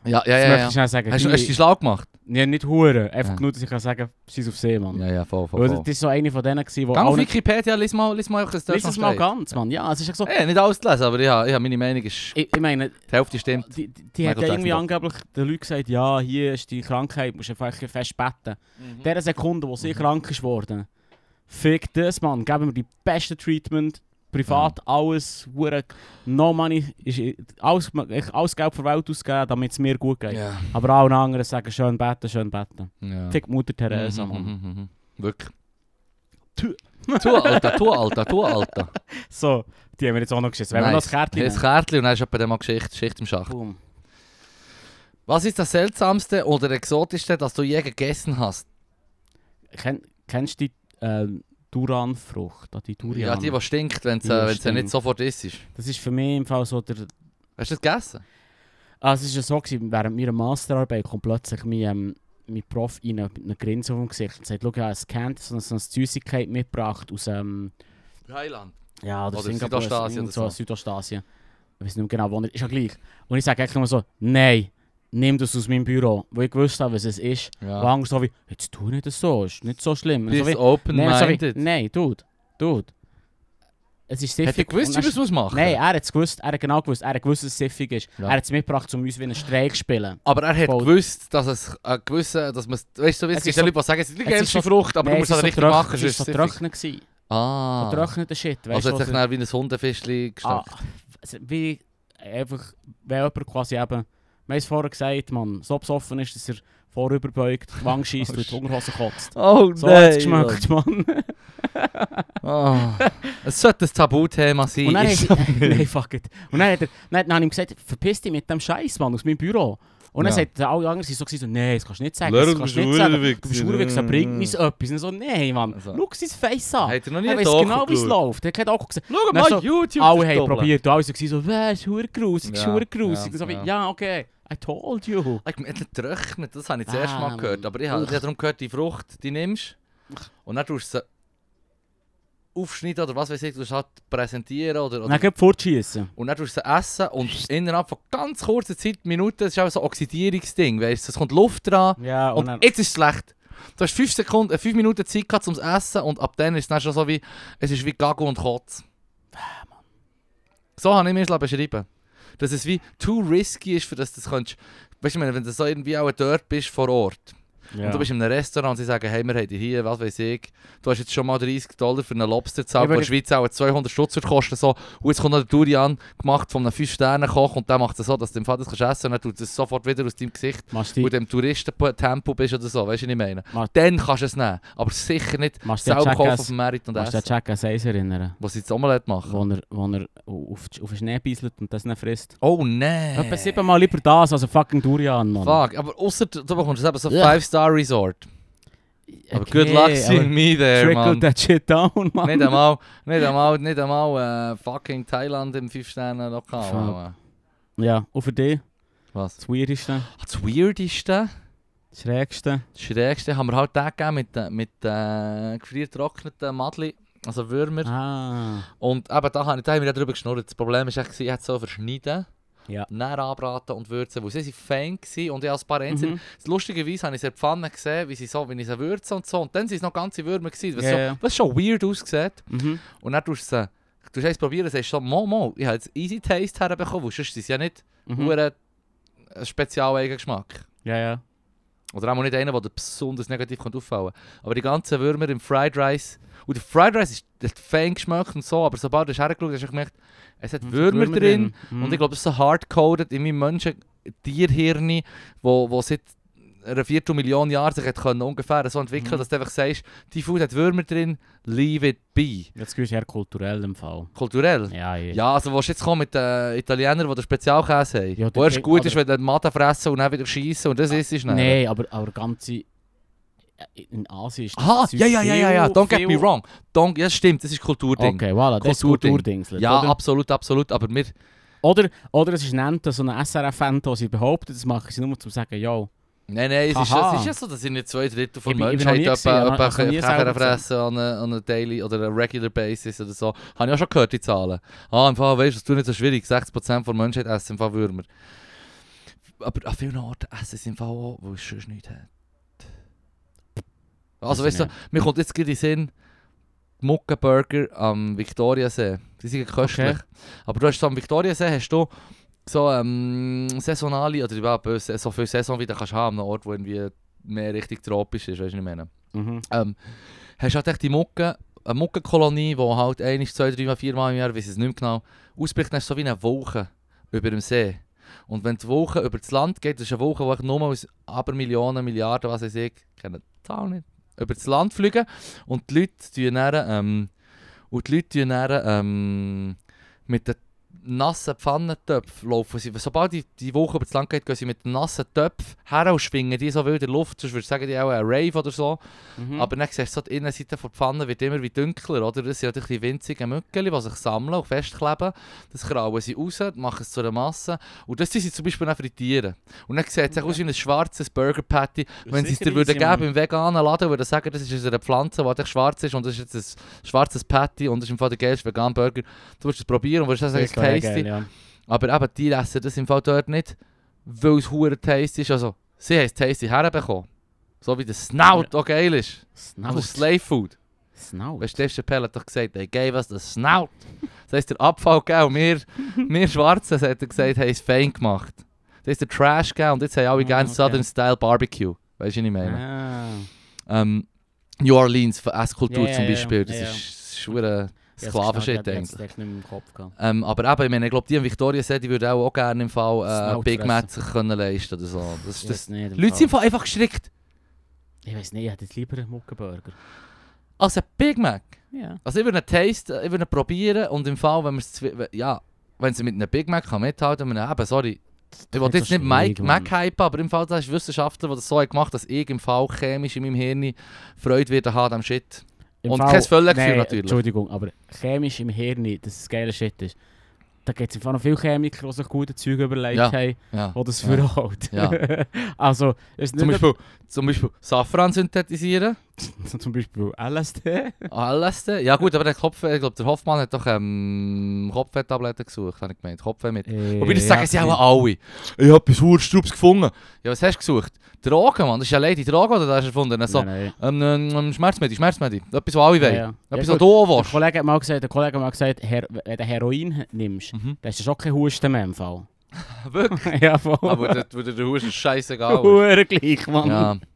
Speaker 1: Ja,
Speaker 2: Das
Speaker 1: ja, ja.
Speaker 2: möchte
Speaker 1: ja.
Speaker 2: ich schnell sagen.
Speaker 1: Hast, du-
Speaker 2: Die-
Speaker 1: hast du die schlau gemacht?
Speaker 2: Ja, nicht hure. Einfach
Speaker 1: Ja.
Speaker 2: genug, dass ich kann sagen, sie ist auf See, Mann.
Speaker 1: Ja, ja, voll, voll,
Speaker 2: Weil
Speaker 1: voll.
Speaker 2: Das ist so eine von denen, gewesen, die...
Speaker 1: Gang auf
Speaker 2: allen-
Speaker 1: Wikipedia, lies mal, lies mal, was da
Speaker 2: Lies
Speaker 1: schon
Speaker 2: es mal
Speaker 1: steht.
Speaker 2: ganz, Mann. Ja, es ist echt so...
Speaker 1: Ey, nicht alles gelesen, aber ja, ja, meine Meinung ist,
Speaker 2: Ich, ich meine,
Speaker 1: die Hälfte stimmt.
Speaker 2: die, die, die
Speaker 1: Michael
Speaker 2: hat ja
Speaker 1: Jackson
Speaker 2: irgendwie
Speaker 1: doch.
Speaker 2: angeblich den Leuten gesagt, ja, hier ist die Krankheit, musst einfach fest beten.
Speaker 1: Mhm.
Speaker 2: In dieser Mhm. Sekunde, wo sie krank ist worden, fick das, Mann. Geben wir die beste Treatment. Privat, alles, hure, no money, ist, alles, ich- alles Geld der Welt ausgeben, damit es mir gut geht.
Speaker 1: Ja.
Speaker 2: Aber alle anderen sagen, schön beten, schön beten.
Speaker 1: ja.
Speaker 2: Fick Mutter Teresa,
Speaker 1: Mhm,
Speaker 2: Mann.
Speaker 1: mhm, mhm. Wirklich.
Speaker 2: Tu.
Speaker 1: *laughs* Tu, Alter, tu, Alter, tu, Alter.
Speaker 2: So, die haben wir jetzt auch noch geschissen. Wenn wir
Speaker 1: Nice.
Speaker 2: noch das Kärtchen
Speaker 1: Hier ist
Speaker 2: nehmen.
Speaker 1: ein Kärtchen und dann ist etwa dann mal Geschichte, Schicht im Schacht.
Speaker 2: Boom.
Speaker 1: Was ist das Seltsamste oder Exotischste, das du je gegessen hast?
Speaker 2: Ken, kennst du die ähm, Duranfrucht? Ah, Die Durian?
Speaker 1: Ja, die, die stinkt, wenn
Speaker 2: Ja,
Speaker 1: sie
Speaker 2: stimmt.
Speaker 1: nicht sofort isst. ist.
Speaker 2: das ist für mich im Fall so der...
Speaker 1: Hast du das gegessen?
Speaker 2: Ah, es ist ja so, gewesen, während meiner Masterarbeit kommt plötzlich mein, ähm, mein Prof rein mit einer Grinse auf dem Gesicht und sagt, schau, ja, es kennt so eine, so eine Süßigkeit mitgebracht aus ähm,
Speaker 1: Thailand.
Speaker 2: ja, oder
Speaker 1: Oder
Speaker 2: Singapur,
Speaker 1: Südostasien
Speaker 2: irgend
Speaker 1: oder
Speaker 2: so,
Speaker 1: so.
Speaker 2: Südostasien. Ich weiß nicht mehr genau, wo er ist ja gleich. Und ich sage eigentlich nur so, nein, nimm das aus meinem Büro, weil ich gewusst habe, was es ist. Und
Speaker 1: Ja.
Speaker 2: Angst so wie, jetzt tu nicht so, ist nicht so schlimm. Und so
Speaker 1: Bist
Speaker 2: wie, nein, so wie,
Speaker 1: open-minded.
Speaker 2: nein, Dude, Dude. Es ist siffig.
Speaker 1: Hätte ich gewusst,
Speaker 2: Und
Speaker 1: wie
Speaker 2: dann-
Speaker 1: man es muss machen
Speaker 2: Nein, er hat es gewusst, er hat genau gewusst, er hat gewusst, dass es siffig ist.
Speaker 1: Ja.
Speaker 2: Er hat es mitgebracht, um uns wie einen Streik zu spielen.
Speaker 1: Aber er hat
Speaker 2: Voll.
Speaker 1: gewusst, dass es äh, gewisse, dass man es- weißt du, wie es
Speaker 2: Es
Speaker 1: gibt
Speaker 2: ist
Speaker 1: ja
Speaker 2: so-
Speaker 1: Leute, die sagen, es ist die
Speaker 2: es ist so-
Speaker 1: geilste Frucht, aber
Speaker 2: Nein,
Speaker 1: du
Speaker 2: es
Speaker 1: musst
Speaker 2: ist
Speaker 1: es
Speaker 2: so
Speaker 1: richtig
Speaker 2: trock-
Speaker 1: machen,
Speaker 2: Es war so
Speaker 1: sonst ist
Speaker 2: trocknet. gewesen. So
Speaker 1: Ah.
Speaker 2: trockneter Shit. Weißt
Speaker 1: Also hat sich
Speaker 2: du, was-
Speaker 1: dann wie ein Hundefischli
Speaker 2: ah,
Speaker 1: gesteckt.
Speaker 2: es- wie einfach, wenn jemand quasi eben, wir haben es vorher gesagt, man, so besoffen ist, dass er vorüberbeugt, die
Speaker 1: *laughs*
Speaker 2: Wange schießt und die Unterhose kotzt.
Speaker 1: Oh
Speaker 2: Ah. So hat es geschmeckt, Mann.
Speaker 1: Ah. Es sollte ein Tabuthema sein. *laughs*
Speaker 2: Und dann,
Speaker 1: ist
Speaker 2: hat, *laughs* nein, fuck it. Und dann hat er, dann, dann habe ich ihm gesagt, verpiss dich mit dem Scheiß, Mann, aus meinem Büro. Und dann
Speaker 1: Ja.
Speaker 2: sagt alle anderen, sie so, gewesen, so, nein, das kannst du nicht sagen,
Speaker 1: Leru,
Speaker 2: das
Speaker 1: du
Speaker 2: kannst du
Speaker 1: bist
Speaker 2: nicht
Speaker 1: ein
Speaker 2: sagen.
Speaker 1: Uhrenwichser.
Speaker 2: Du bist Urweg, das bringt mir
Speaker 1: Mm.
Speaker 2: etwas. Und so, nein, Mann,
Speaker 1: Also.
Speaker 2: schau sein Face an.
Speaker 1: Hat er noch nie
Speaker 2: Er weiß
Speaker 1: Doku
Speaker 2: genau, wie es
Speaker 1: geschaut?
Speaker 2: läuft. Er hat auch gesagt,
Speaker 1: Schau
Speaker 2: Dann
Speaker 1: mal,
Speaker 2: so,
Speaker 1: YouTube.
Speaker 2: Alle haben
Speaker 1: verdoppelt.
Speaker 2: probiert und alle waren so, «Wäh, ist verdammt grusig, ist
Speaker 1: Ja,
Speaker 2: verdammt grusig.»
Speaker 1: ja,
Speaker 2: Und so wie,
Speaker 1: ja.
Speaker 2: «Ja, Also, okay, I told you.»
Speaker 1: Ich *laughs* meine, nicht trocknet, das habe ich das erste
Speaker 2: Ah,
Speaker 1: Mal gehört. Aber ich habe, ich habe darum gehört, die Frucht, die nimmst und dann tust du sie aufschneiden oder was weiß ich, du tust halt präsentieren oder,
Speaker 2: Und
Speaker 1: oder
Speaker 2: dann geht fortschießen.
Speaker 1: Und dann tust du sie essen und innerhalb von ganz kurzer Zeit, Minuten, das ist auch so ein Oxidierungsding, weißt du, es kommt Luft dran
Speaker 2: Ja,
Speaker 1: und,
Speaker 2: und dann...
Speaker 1: jetzt ist es schlecht. Du hast 5 Sekunden, äh, fünf Minuten Zeit gehabt zum Essen und ab dann ist es dann schon so wie, es ist wie Gago und Kotz. So habe ich mir das beschrieben. Dass es wie too risky ist, für das das kannst. Weißt du, ich meine, wenn du so irgendwie auch dort bist vor Ort
Speaker 2: Ja.
Speaker 1: und du bist in einem Restaurant und sie sagen, hey, wir haben dich hier, was weiß ich, du hast jetzt schon mal 30 Dollar für einen Lobster gezahlt,
Speaker 2: Ich
Speaker 1: der in der
Speaker 2: würde-
Speaker 1: Schweiz auch 200 Stutz würde kosten. So. Und jetzt kommt noch der Durian, gemacht von einem 5-Sterne-Koch und der macht es so, dass du dem Vater das kannst essen und dann tut es sofort wieder aus deinem Gesicht
Speaker 2: Machst
Speaker 1: wo
Speaker 2: du
Speaker 1: du im Touristentempo bist oder so, weißt du, was ich meine?
Speaker 2: Ma-
Speaker 1: Dann kannst du es nehmen, aber sicher nicht
Speaker 2: machst du den
Speaker 1: selber kaufen auf
Speaker 2: Jackass...
Speaker 1: dem Merit und
Speaker 2: Machst du
Speaker 1: essen.
Speaker 2: den Jackass 1 erinnern?
Speaker 1: Was sie jetzt Omelette machen.
Speaker 2: Wo er, wo er auf, auf den Schnee bisselt und das nicht frisst.
Speaker 1: Oh nein!
Speaker 2: Etwa siebenmal lieber das als ein fucking Durian, Mann.
Speaker 1: Fuck, aber außer du du bekommst es eben so ein
Speaker 2: Ja.
Speaker 1: 5-Star-Resort. Aber
Speaker 2: Okay,
Speaker 1: good luck
Speaker 2: aber
Speaker 1: seeing me there,
Speaker 2: Trickle
Speaker 1: man.
Speaker 2: that shit down, Mann. *laughs*
Speaker 1: Nicht einmal, nicht einmal, nicht einmal äh, fucking Thailand im 5-Sterne-Lokal.
Speaker 2: Fuck.
Speaker 1: aber-
Speaker 2: Ja, und für dich?
Speaker 1: Was?
Speaker 2: Das Weirdeste,
Speaker 1: Das Weirdeste,
Speaker 2: das Schrägste.
Speaker 1: das Schrägste haben wir halt den gegeben mit, den- mit äh, gefriertrockneten Madli, also Würmer.
Speaker 2: Ah.
Speaker 1: Und eben, da, habe ich, da haben wir ja drüber geschnurrt. Das Problem war, echt, ich hätte so verschneiden.
Speaker 2: Ja.
Speaker 1: Näher anbraten und würzen, weil sie sind fein waren und ich als paar einzelne...
Speaker 2: Mhm.
Speaker 1: Lustigerweise habe ich sie in der Pfanne gesehen, wie sie so, wie ich sie würze und so. Und dann waren es noch ganze Würmer, gewesen, was,
Speaker 2: Ja,
Speaker 1: so,
Speaker 2: ja.
Speaker 1: was schon weird aussieht.
Speaker 2: Mhm.
Speaker 1: Und dann tust du sie... Du hast es probieren, sagst so, «Mo, mo, ich habe jetzt Easy Taste herbekommen», weil sonst sind sie ja nicht
Speaker 2: Mhm.
Speaker 1: nur ein speziell eigenen Geschmack.
Speaker 2: Ja, ja.
Speaker 1: Oder auch nicht einer, der dir besonders negativ könnte auffallen könnte. Aber die ganzen Würmer im Fried Rice. Und der Fried Rice ist der hat fein geschmeckt und so, aber sobald du hast hergeschaut hast, hast du gemerkt, es
Speaker 2: Mhm,
Speaker 1: hat Würmer, drin. Und ich glaube, das ist so hardcoded in meinem Menschen, Tierhirn, wo, wo seit einer Viertelmillion Jahren sich hat können, ungefähr so entwickeln
Speaker 2: Mhm.
Speaker 1: dass du einfach sagst, die Food hat Würmer drin, leave it be.
Speaker 2: Jetzt gehst du eher kulturell im Fall.
Speaker 1: Kulturell.
Speaker 2: Ja, ja.
Speaker 1: Ja, also willst du jetzt kommen mit den Italienern, die den Spezialkäse haben?
Speaker 2: Ja,
Speaker 1: wo
Speaker 2: der- Ah,
Speaker 1: erst gut
Speaker 2: oder-
Speaker 1: ist, wenn du den Maden fressen und dann wieder schießen und das ist es nicht.
Speaker 2: Nein, aber, aber ganze... In Asien ist das
Speaker 1: Aha,
Speaker 2: Zeug
Speaker 1: Ah, ja, ja, ja, ja, ja,
Speaker 2: viel-
Speaker 1: don't get me
Speaker 2: viel-
Speaker 1: wrong. Don't, ja, stimmt, das ist Kulturding.
Speaker 2: Okay, voilà, das ist
Speaker 1: Kulturding.
Speaker 2: Kulturding.
Speaker 1: Ja,
Speaker 2: oder?
Speaker 1: absolut, absolut, aber wir...
Speaker 2: Oder, oder es ist nennt so ein SRF-Fan, der sie behauptet, das machen sie nur, um zu sagen, ja,
Speaker 1: Nein, nein, es ist,
Speaker 2: Aha.
Speaker 1: es ist ja so, dass in den zwei Drittel von
Speaker 2: Ich
Speaker 1: der
Speaker 2: bin- ich bin noch
Speaker 1: Menschheit
Speaker 2: nie gewesen,
Speaker 1: etwa
Speaker 2: aber
Speaker 1: etwa
Speaker 2: ich kann nie
Speaker 1: Käfer
Speaker 2: selber
Speaker 1: fressen an einer eine daily oder einer regular basis oder so. Habe ich auch schon gehört, die Zahlen. Ah, im Fall, weißt du, das tut nicht so schwierig. 60% der Menschheit essen im Fall Würmer. Aber an vielen Orten essen sie im Fall auch, wo es sonst nichts hat. Also,
Speaker 2: Weiß ich
Speaker 1: weißt du, mir kommt jetzt gerade in den Sinn, die Muckenburger am Viktoriasee. Die sind köstlich. Aber du hast so am Viktoriasee hast du so ähm, saisonale, oder überhaupt äh, so viel Saison wieder kannst du haben, an einem Ort, wo irgendwie mehr richtig tropisch ist, weißt du, was ich meine.
Speaker 2: mhm.
Speaker 1: Ähm, hast halt echt die Mucke, eine Muckenkolonie, die halt eins, zwei, drei, mal, vier Mal im Jahr, weiß es nicht mehr genau, ausbricht, dann ist es so wie eine Wolke über dem See. Und wenn die Wolke über das Land geht, das ist eine Wolke, die echt nur aus aber Millionen, Milliarden, was weiß ich, kennen die auch nicht, über das Land fliegen und die Leute tun dann, ähm, und die Leute tun dann, ähm, mit den nassen Pfannentöpfen laufen sie. Sobald die, die Woche über das Land geht, gehen sie mit den nassen Töpfen her und schwingen die so wild in der Luft, sonst würde ich sagen, die auch ein Rave oder so.
Speaker 2: Mhm.
Speaker 1: Aber dann siehst du, so die Innenseite der Pfanne wird immer wie dunkler, oder? Das sind natürlich die winzigen Mückchen, die sich sammeln und festkleben. Das krauen sie raus, machen es zu einer Masse. Und das sind sie zum Beispiel auch frittieren. Und dann sieht es auch aus wie ein schwarzes Burger Patty.
Speaker 2: Dus
Speaker 1: Wenn sie es dir
Speaker 2: sicher
Speaker 1: würden
Speaker 2: easy,
Speaker 1: geben
Speaker 2: Mann.
Speaker 1: im veganen Laden, würden sie sagen, das ist aus einer Pflanze, die eigentlich schwarz ist und das ist jetzt ein schwarzes Patty und das ist im Fall der geilste vegane Burger. Du wirst es probieren und würdest dann sagen,
Speaker 2: Das wäre
Speaker 1: tasty.
Speaker 2: geil, ja.
Speaker 1: Aber eben, die essen das im Fall dort nicht, weil es hure tasty ist. Also, sie haben es tasty herbekommen. So wie der Snout auch geil ist. Das ist
Speaker 2: Snout.
Speaker 1: Slave Food.
Speaker 2: Snout.
Speaker 1: Weißt du, Dave Chappelle hat doch gesagt, they gave us the snout. Das heisst, der Abfall gegeben
Speaker 2: *laughs*
Speaker 1: und wir, wir Schwarzen, so hat er gesagt, haben es fein gemacht. Das heisst, der Trash gegeben und jetzt haben alle
Speaker 2: Ah,
Speaker 1: gerne
Speaker 2: okay.
Speaker 1: Southern Style Barbecue. Weißt du, was ich meine?
Speaker 2: Ah.
Speaker 1: Ähm, New Orleans, Esskultur
Speaker 2: Ja, ja,
Speaker 1: zum
Speaker 2: ja,
Speaker 1: Beispiel, das
Speaker 2: ja, ja.
Speaker 1: ist schwer
Speaker 2: Ja,
Speaker 1: Sklavenshit,
Speaker 2: das
Speaker 1: denke
Speaker 2: ist echt nicht mehr im Kopf gehabt.
Speaker 1: ähm, aber eben, ich, meine, ich glaube, die in Victoria See, die würden auch, auch gerne im Fall äh,
Speaker 2: Snout
Speaker 1: Big
Speaker 2: fressen.
Speaker 1: Mac sich können leisten oder so. Das,
Speaker 2: Ich
Speaker 1: das,
Speaker 2: weiß nicht. im
Speaker 1: Leute sind im
Speaker 2: Fall.
Speaker 1: Fall einfach gestrickt.
Speaker 2: Ich weiß nicht, ich hätte jetzt lieber einen Muckenburger.
Speaker 1: Als ein Big Mac.
Speaker 2: Ja.
Speaker 1: Also ich würde ihn tasten, ich würde ihn probieren und im Fall, wenn man es zwi- we- ja, wenn sie mit einem Big Mac kann mithalten kann, eben, sorry. Ich wollte
Speaker 2: nicht
Speaker 1: jetzt
Speaker 2: so
Speaker 1: nicht Mike
Speaker 2: schwierig,
Speaker 1: Mac
Speaker 2: Mann.
Speaker 1: hypen, aber im Fall, da ist Wissenschaftler, der das so hat gemacht hat, dass ich im Fall chemisch in meinem Hirn Freude wieder haben am Shit.
Speaker 2: Im
Speaker 1: Und
Speaker 2: Fall-
Speaker 1: kein Völlegefühl
Speaker 2: Nein,
Speaker 1: natürlich.
Speaker 2: Entschuldigung, aber chemisch im Hirn, dass es geiler Shit ist. Da gibt es im Fall noch viele Chemiker, die sich gute Zeug überlegt
Speaker 1: Ja.
Speaker 2: haben,
Speaker 1: Ja.
Speaker 2: die das
Speaker 1: Ja.
Speaker 2: verholt.
Speaker 1: Ja.
Speaker 2: *laughs* also, es ist
Speaker 1: Zum
Speaker 2: nicht
Speaker 1: Beispiel, zum Beispiel Safran *laughs* synthetisieren.
Speaker 2: *laughs* zum Beispiel LSD.
Speaker 1: Alles. da. Ja gut, aber der Kopf, ich glaube, der Hoffmann hat doch ähm, Kopfweh-Tabletten gesucht, habe ich gemeint. Kopfweh mit. Wobei
Speaker 2: Äh,
Speaker 1: das sagen sie auch alle. Ich habe etwas Hurstrubs gefunden. Ja, was hast du gesucht? Drogen, Mann. Das ist ja leider die Drogen, oder hast du erfunden? So,
Speaker 2: Nein, nein.
Speaker 1: Ähm, ähm, ähm, Schmerzmittel, Schmerzmittel. Etwas, was alle wollen.
Speaker 2: Ja, ja.
Speaker 1: Etwas,
Speaker 2: Ja,
Speaker 1: was
Speaker 2: gut.
Speaker 1: du auch
Speaker 2: Der
Speaker 1: willst.
Speaker 2: Kollege hat mal gesagt, der Kollege hat mal gesagt, Her wenn du Heroin nimmst,
Speaker 1: Mhm.
Speaker 2: dann ist das auch kein Husten mehr im Fall. *laughs*
Speaker 1: Wirklich?
Speaker 2: ja, voll.
Speaker 1: Aber der, der, der Husten
Speaker 2: *laughs*
Speaker 1: ist scheißegal.
Speaker 2: Hure gleich, Mann.
Speaker 1: Ah, ja.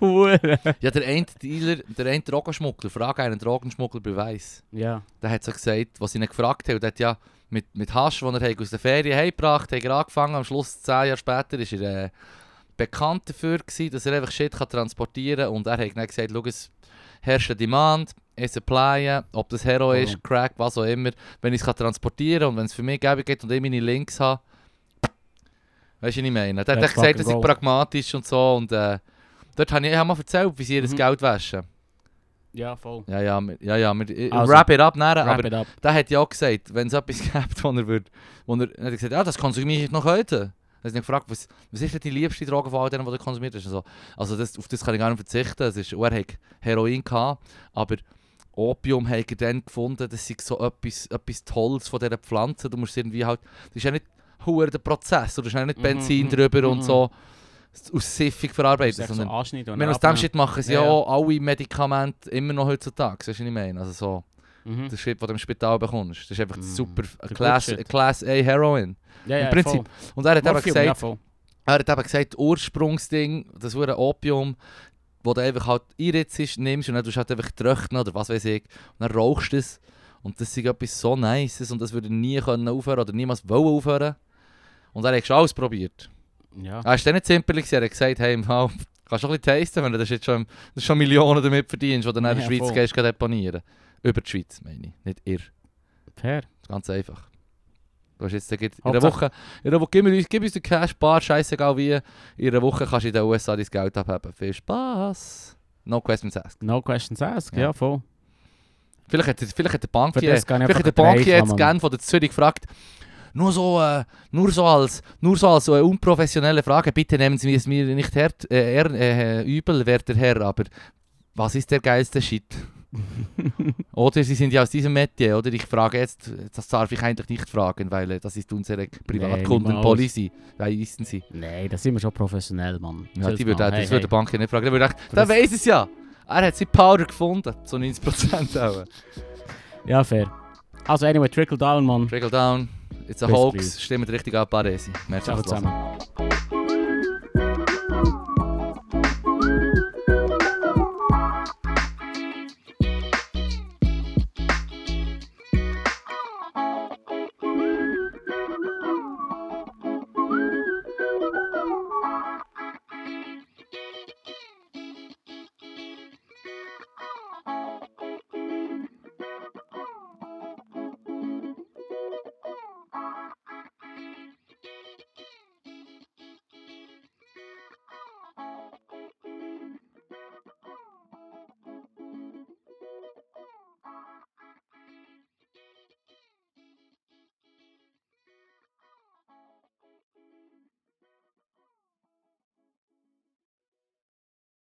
Speaker 2: Hure.
Speaker 1: ja, der eine Dealer, der eine Drogenschmuggler, frage einen Drogenschmuggler Beweis.
Speaker 2: Ja.
Speaker 1: Der hat so gesagt, was sie ihn gefragt haben. Der hat ja mit, mit Hasch, den er hat aus der Ferien heimgebracht hat, er angefangen. Am Schluss, zehn Jahre später, ist er äh, bekannt dafür, gewesen, dass er einfach Shit kann transportieren kann. Und er hat dann gesagt, schau, es herrscht ein Demand, es supply, ob das Hero ist, Crack, was auch immer. Wenn ich es kann transportieren kann und wenn es für mich gäbe geht und ich meine Links habe, weißt du, was ich meine? Der hat
Speaker 2: Let's
Speaker 1: echt gesagt,
Speaker 2: fucking
Speaker 1: dass ich
Speaker 2: go.
Speaker 1: pragmatisch und so. Und äh, dort habe ich, ich hab mal erzählt, wie sie ihr
Speaker 2: Mhm.
Speaker 1: Geld waschen.
Speaker 2: Ja, voll.
Speaker 1: Ja, ja, wir- ja, ja, wir, ich-
Speaker 2: Also,
Speaker 1: wrap it up nachher, aber
Speaker 2: Wrap it up.
Speaker 1: der hat ja auch gesagt, wenn es etwas *laughs* gibt, wo er würde, wo er, dann hat er gesagt, ja, das konsumiere ich noch heute. Dann hat er gefragt, was, was ist denn die liebste Droge von all denen, die du konsumiert hast? Und so, also das, auf das kann ich gar nicht verzichten. Es ist, er hat Heroin gehabt, aber Opium hat er dann gefunden, das sei so etwas, etwas Tolles von dieser Pflanze. Du musst irgendwie halt, das ist ja nicht hure der Prozess, oder ist ja nicht
Speaker 2: Mhm,
Speaker 1: Benzin
Speaker 2: mhm,
Speaker 1: drüber und
Speaker 2: mhm.
Speaker 1: so aus Siffig
Speaker 2: Das
Speaker 1: verarbeitet.
Speaker 2: ist echt so
Speaker 1: sondern-
Speaker 2: Anschnitt.
Speaker 1: ich meine, aus dem Shit machen sie ja,
Speaker 2: Ja, ja.
Speaker 1: auch alle Medikamente immer noch heutzutage, weißt du, was ich meine? Also so
Speaker 2: Mhm.
Speaker 1: der Shit, *laughs* den du im Spital bekommst. Das ist einfach
Speaker 2: Mhm.
Speaker 1: super
Speaker 2: Der
Speaker 1: Class,
Speaker 2: Good Shit.
Speaker 1: Class A Heroin.
Speaker 2: Ja, ja,
Speaker 1: Im Prinzip.
Speaker 2: voll.
Speaker 1: Und er hat eben
Speaker 2: Morphium, ja,
Speaker 1: gesagt,
Speaker 2: voll.
Speaker 1: Er hat eben gesagt, Ursprungsding, das hure Opium, wo du einfach halt einritzt, ist, nimmst und dann tust du halt einfach tröchnen oder was weiß ich. Und dann rauchst du es. Und das ist etwas so Nices und das würde nie können aufhören oder niemals wollen aufhören. Und er hat schon alles probiert.
Speaker 2: Ja.
Speaker 1: Er war dann nicht simpel, gewesen, er hat gesagt, hey, im Hau, *laughs* kannst du ein bisschen tasten, wenn du das jetzt schon, das schon Millionen damit verdienst, die du dann in
Speaker 2: Ja,
Speaker 1: der Schweiz
Speaker 2: voll.
Speaker 1: gehst, geh deponieren. Über die Schweiz, meine ich, nicht ihr.
Speaker 2: Fair.
Speaker 1: Ganz einfach. Du hast jetzt, da gibt- in einer
Speaker 2: Hauptsache-
Speaker 1: Woche, in einer Woche gib, mir, uns- gib uns den Cash, Bar, scheißegal wie. In einer Woche kannst du in den USA dein Geld abheben. Viel Spaß. No questions asked.
Speaker 2: No questions asked, ja,
Speaker 1: Ja.
Speaker 2: voll.
Speaker 1: Vielleicht hat, vielleicht hat der
Speaker 2: Für
Speaker 1: Bankier,
Speaker 2: das kann ich
Speaker 1: vielleicht hat der
Speaker 2: einfach
Speaker 1: Bankier
Speaker 2: greifen,
Speaker 1: jetzt
Speaker 2: Mann.
Speaker 1: gern von der Zürich gefragt. Nur so, äh, nur so als, nur so als so eine unprofessionelle Frage. Bitte nehmen Sie es mir nicht her, äh, er, äh, übel, werter Herr, aber was ist der geilste Shit?
Speaker 2: *laughs*
Speaker 1: oder Sie sind ja aus diesem Metier, oder? Ich frage jetzt, das darf ich eigentlich nicht fragen, weil äh, das ist unsere Privatkundenpolicy. Weil wissen Sie.
Speaker 2: Nein, das sind wir schon professionell, Mann.
Speaker 1: Ja,
Speaker 2: Selbst
Speaker 1: die würde,
Speaker 2: mal,
Speaker 1: auch- das
Speaker 2: hey,
Speaker 1: würde der
Speaker 2: hey.
Speaker 1: Bankier nicht fragen. Der würde echt, der weiss es ja. Er hat seine Power gefunden, zu 90% auch.
Speaker 2: Ja, fair. Also, anyway, Trickle Down, Mann.
Speaker 1: Trickle down. It's a
Speaker 2: Basically.
Speaker 1: hoax. Stimmt richtig ab, Baresi. Merci
Speaker 2: Ciao
Speaker 1: fürs Zuhören.
Speaker 2: zusammen.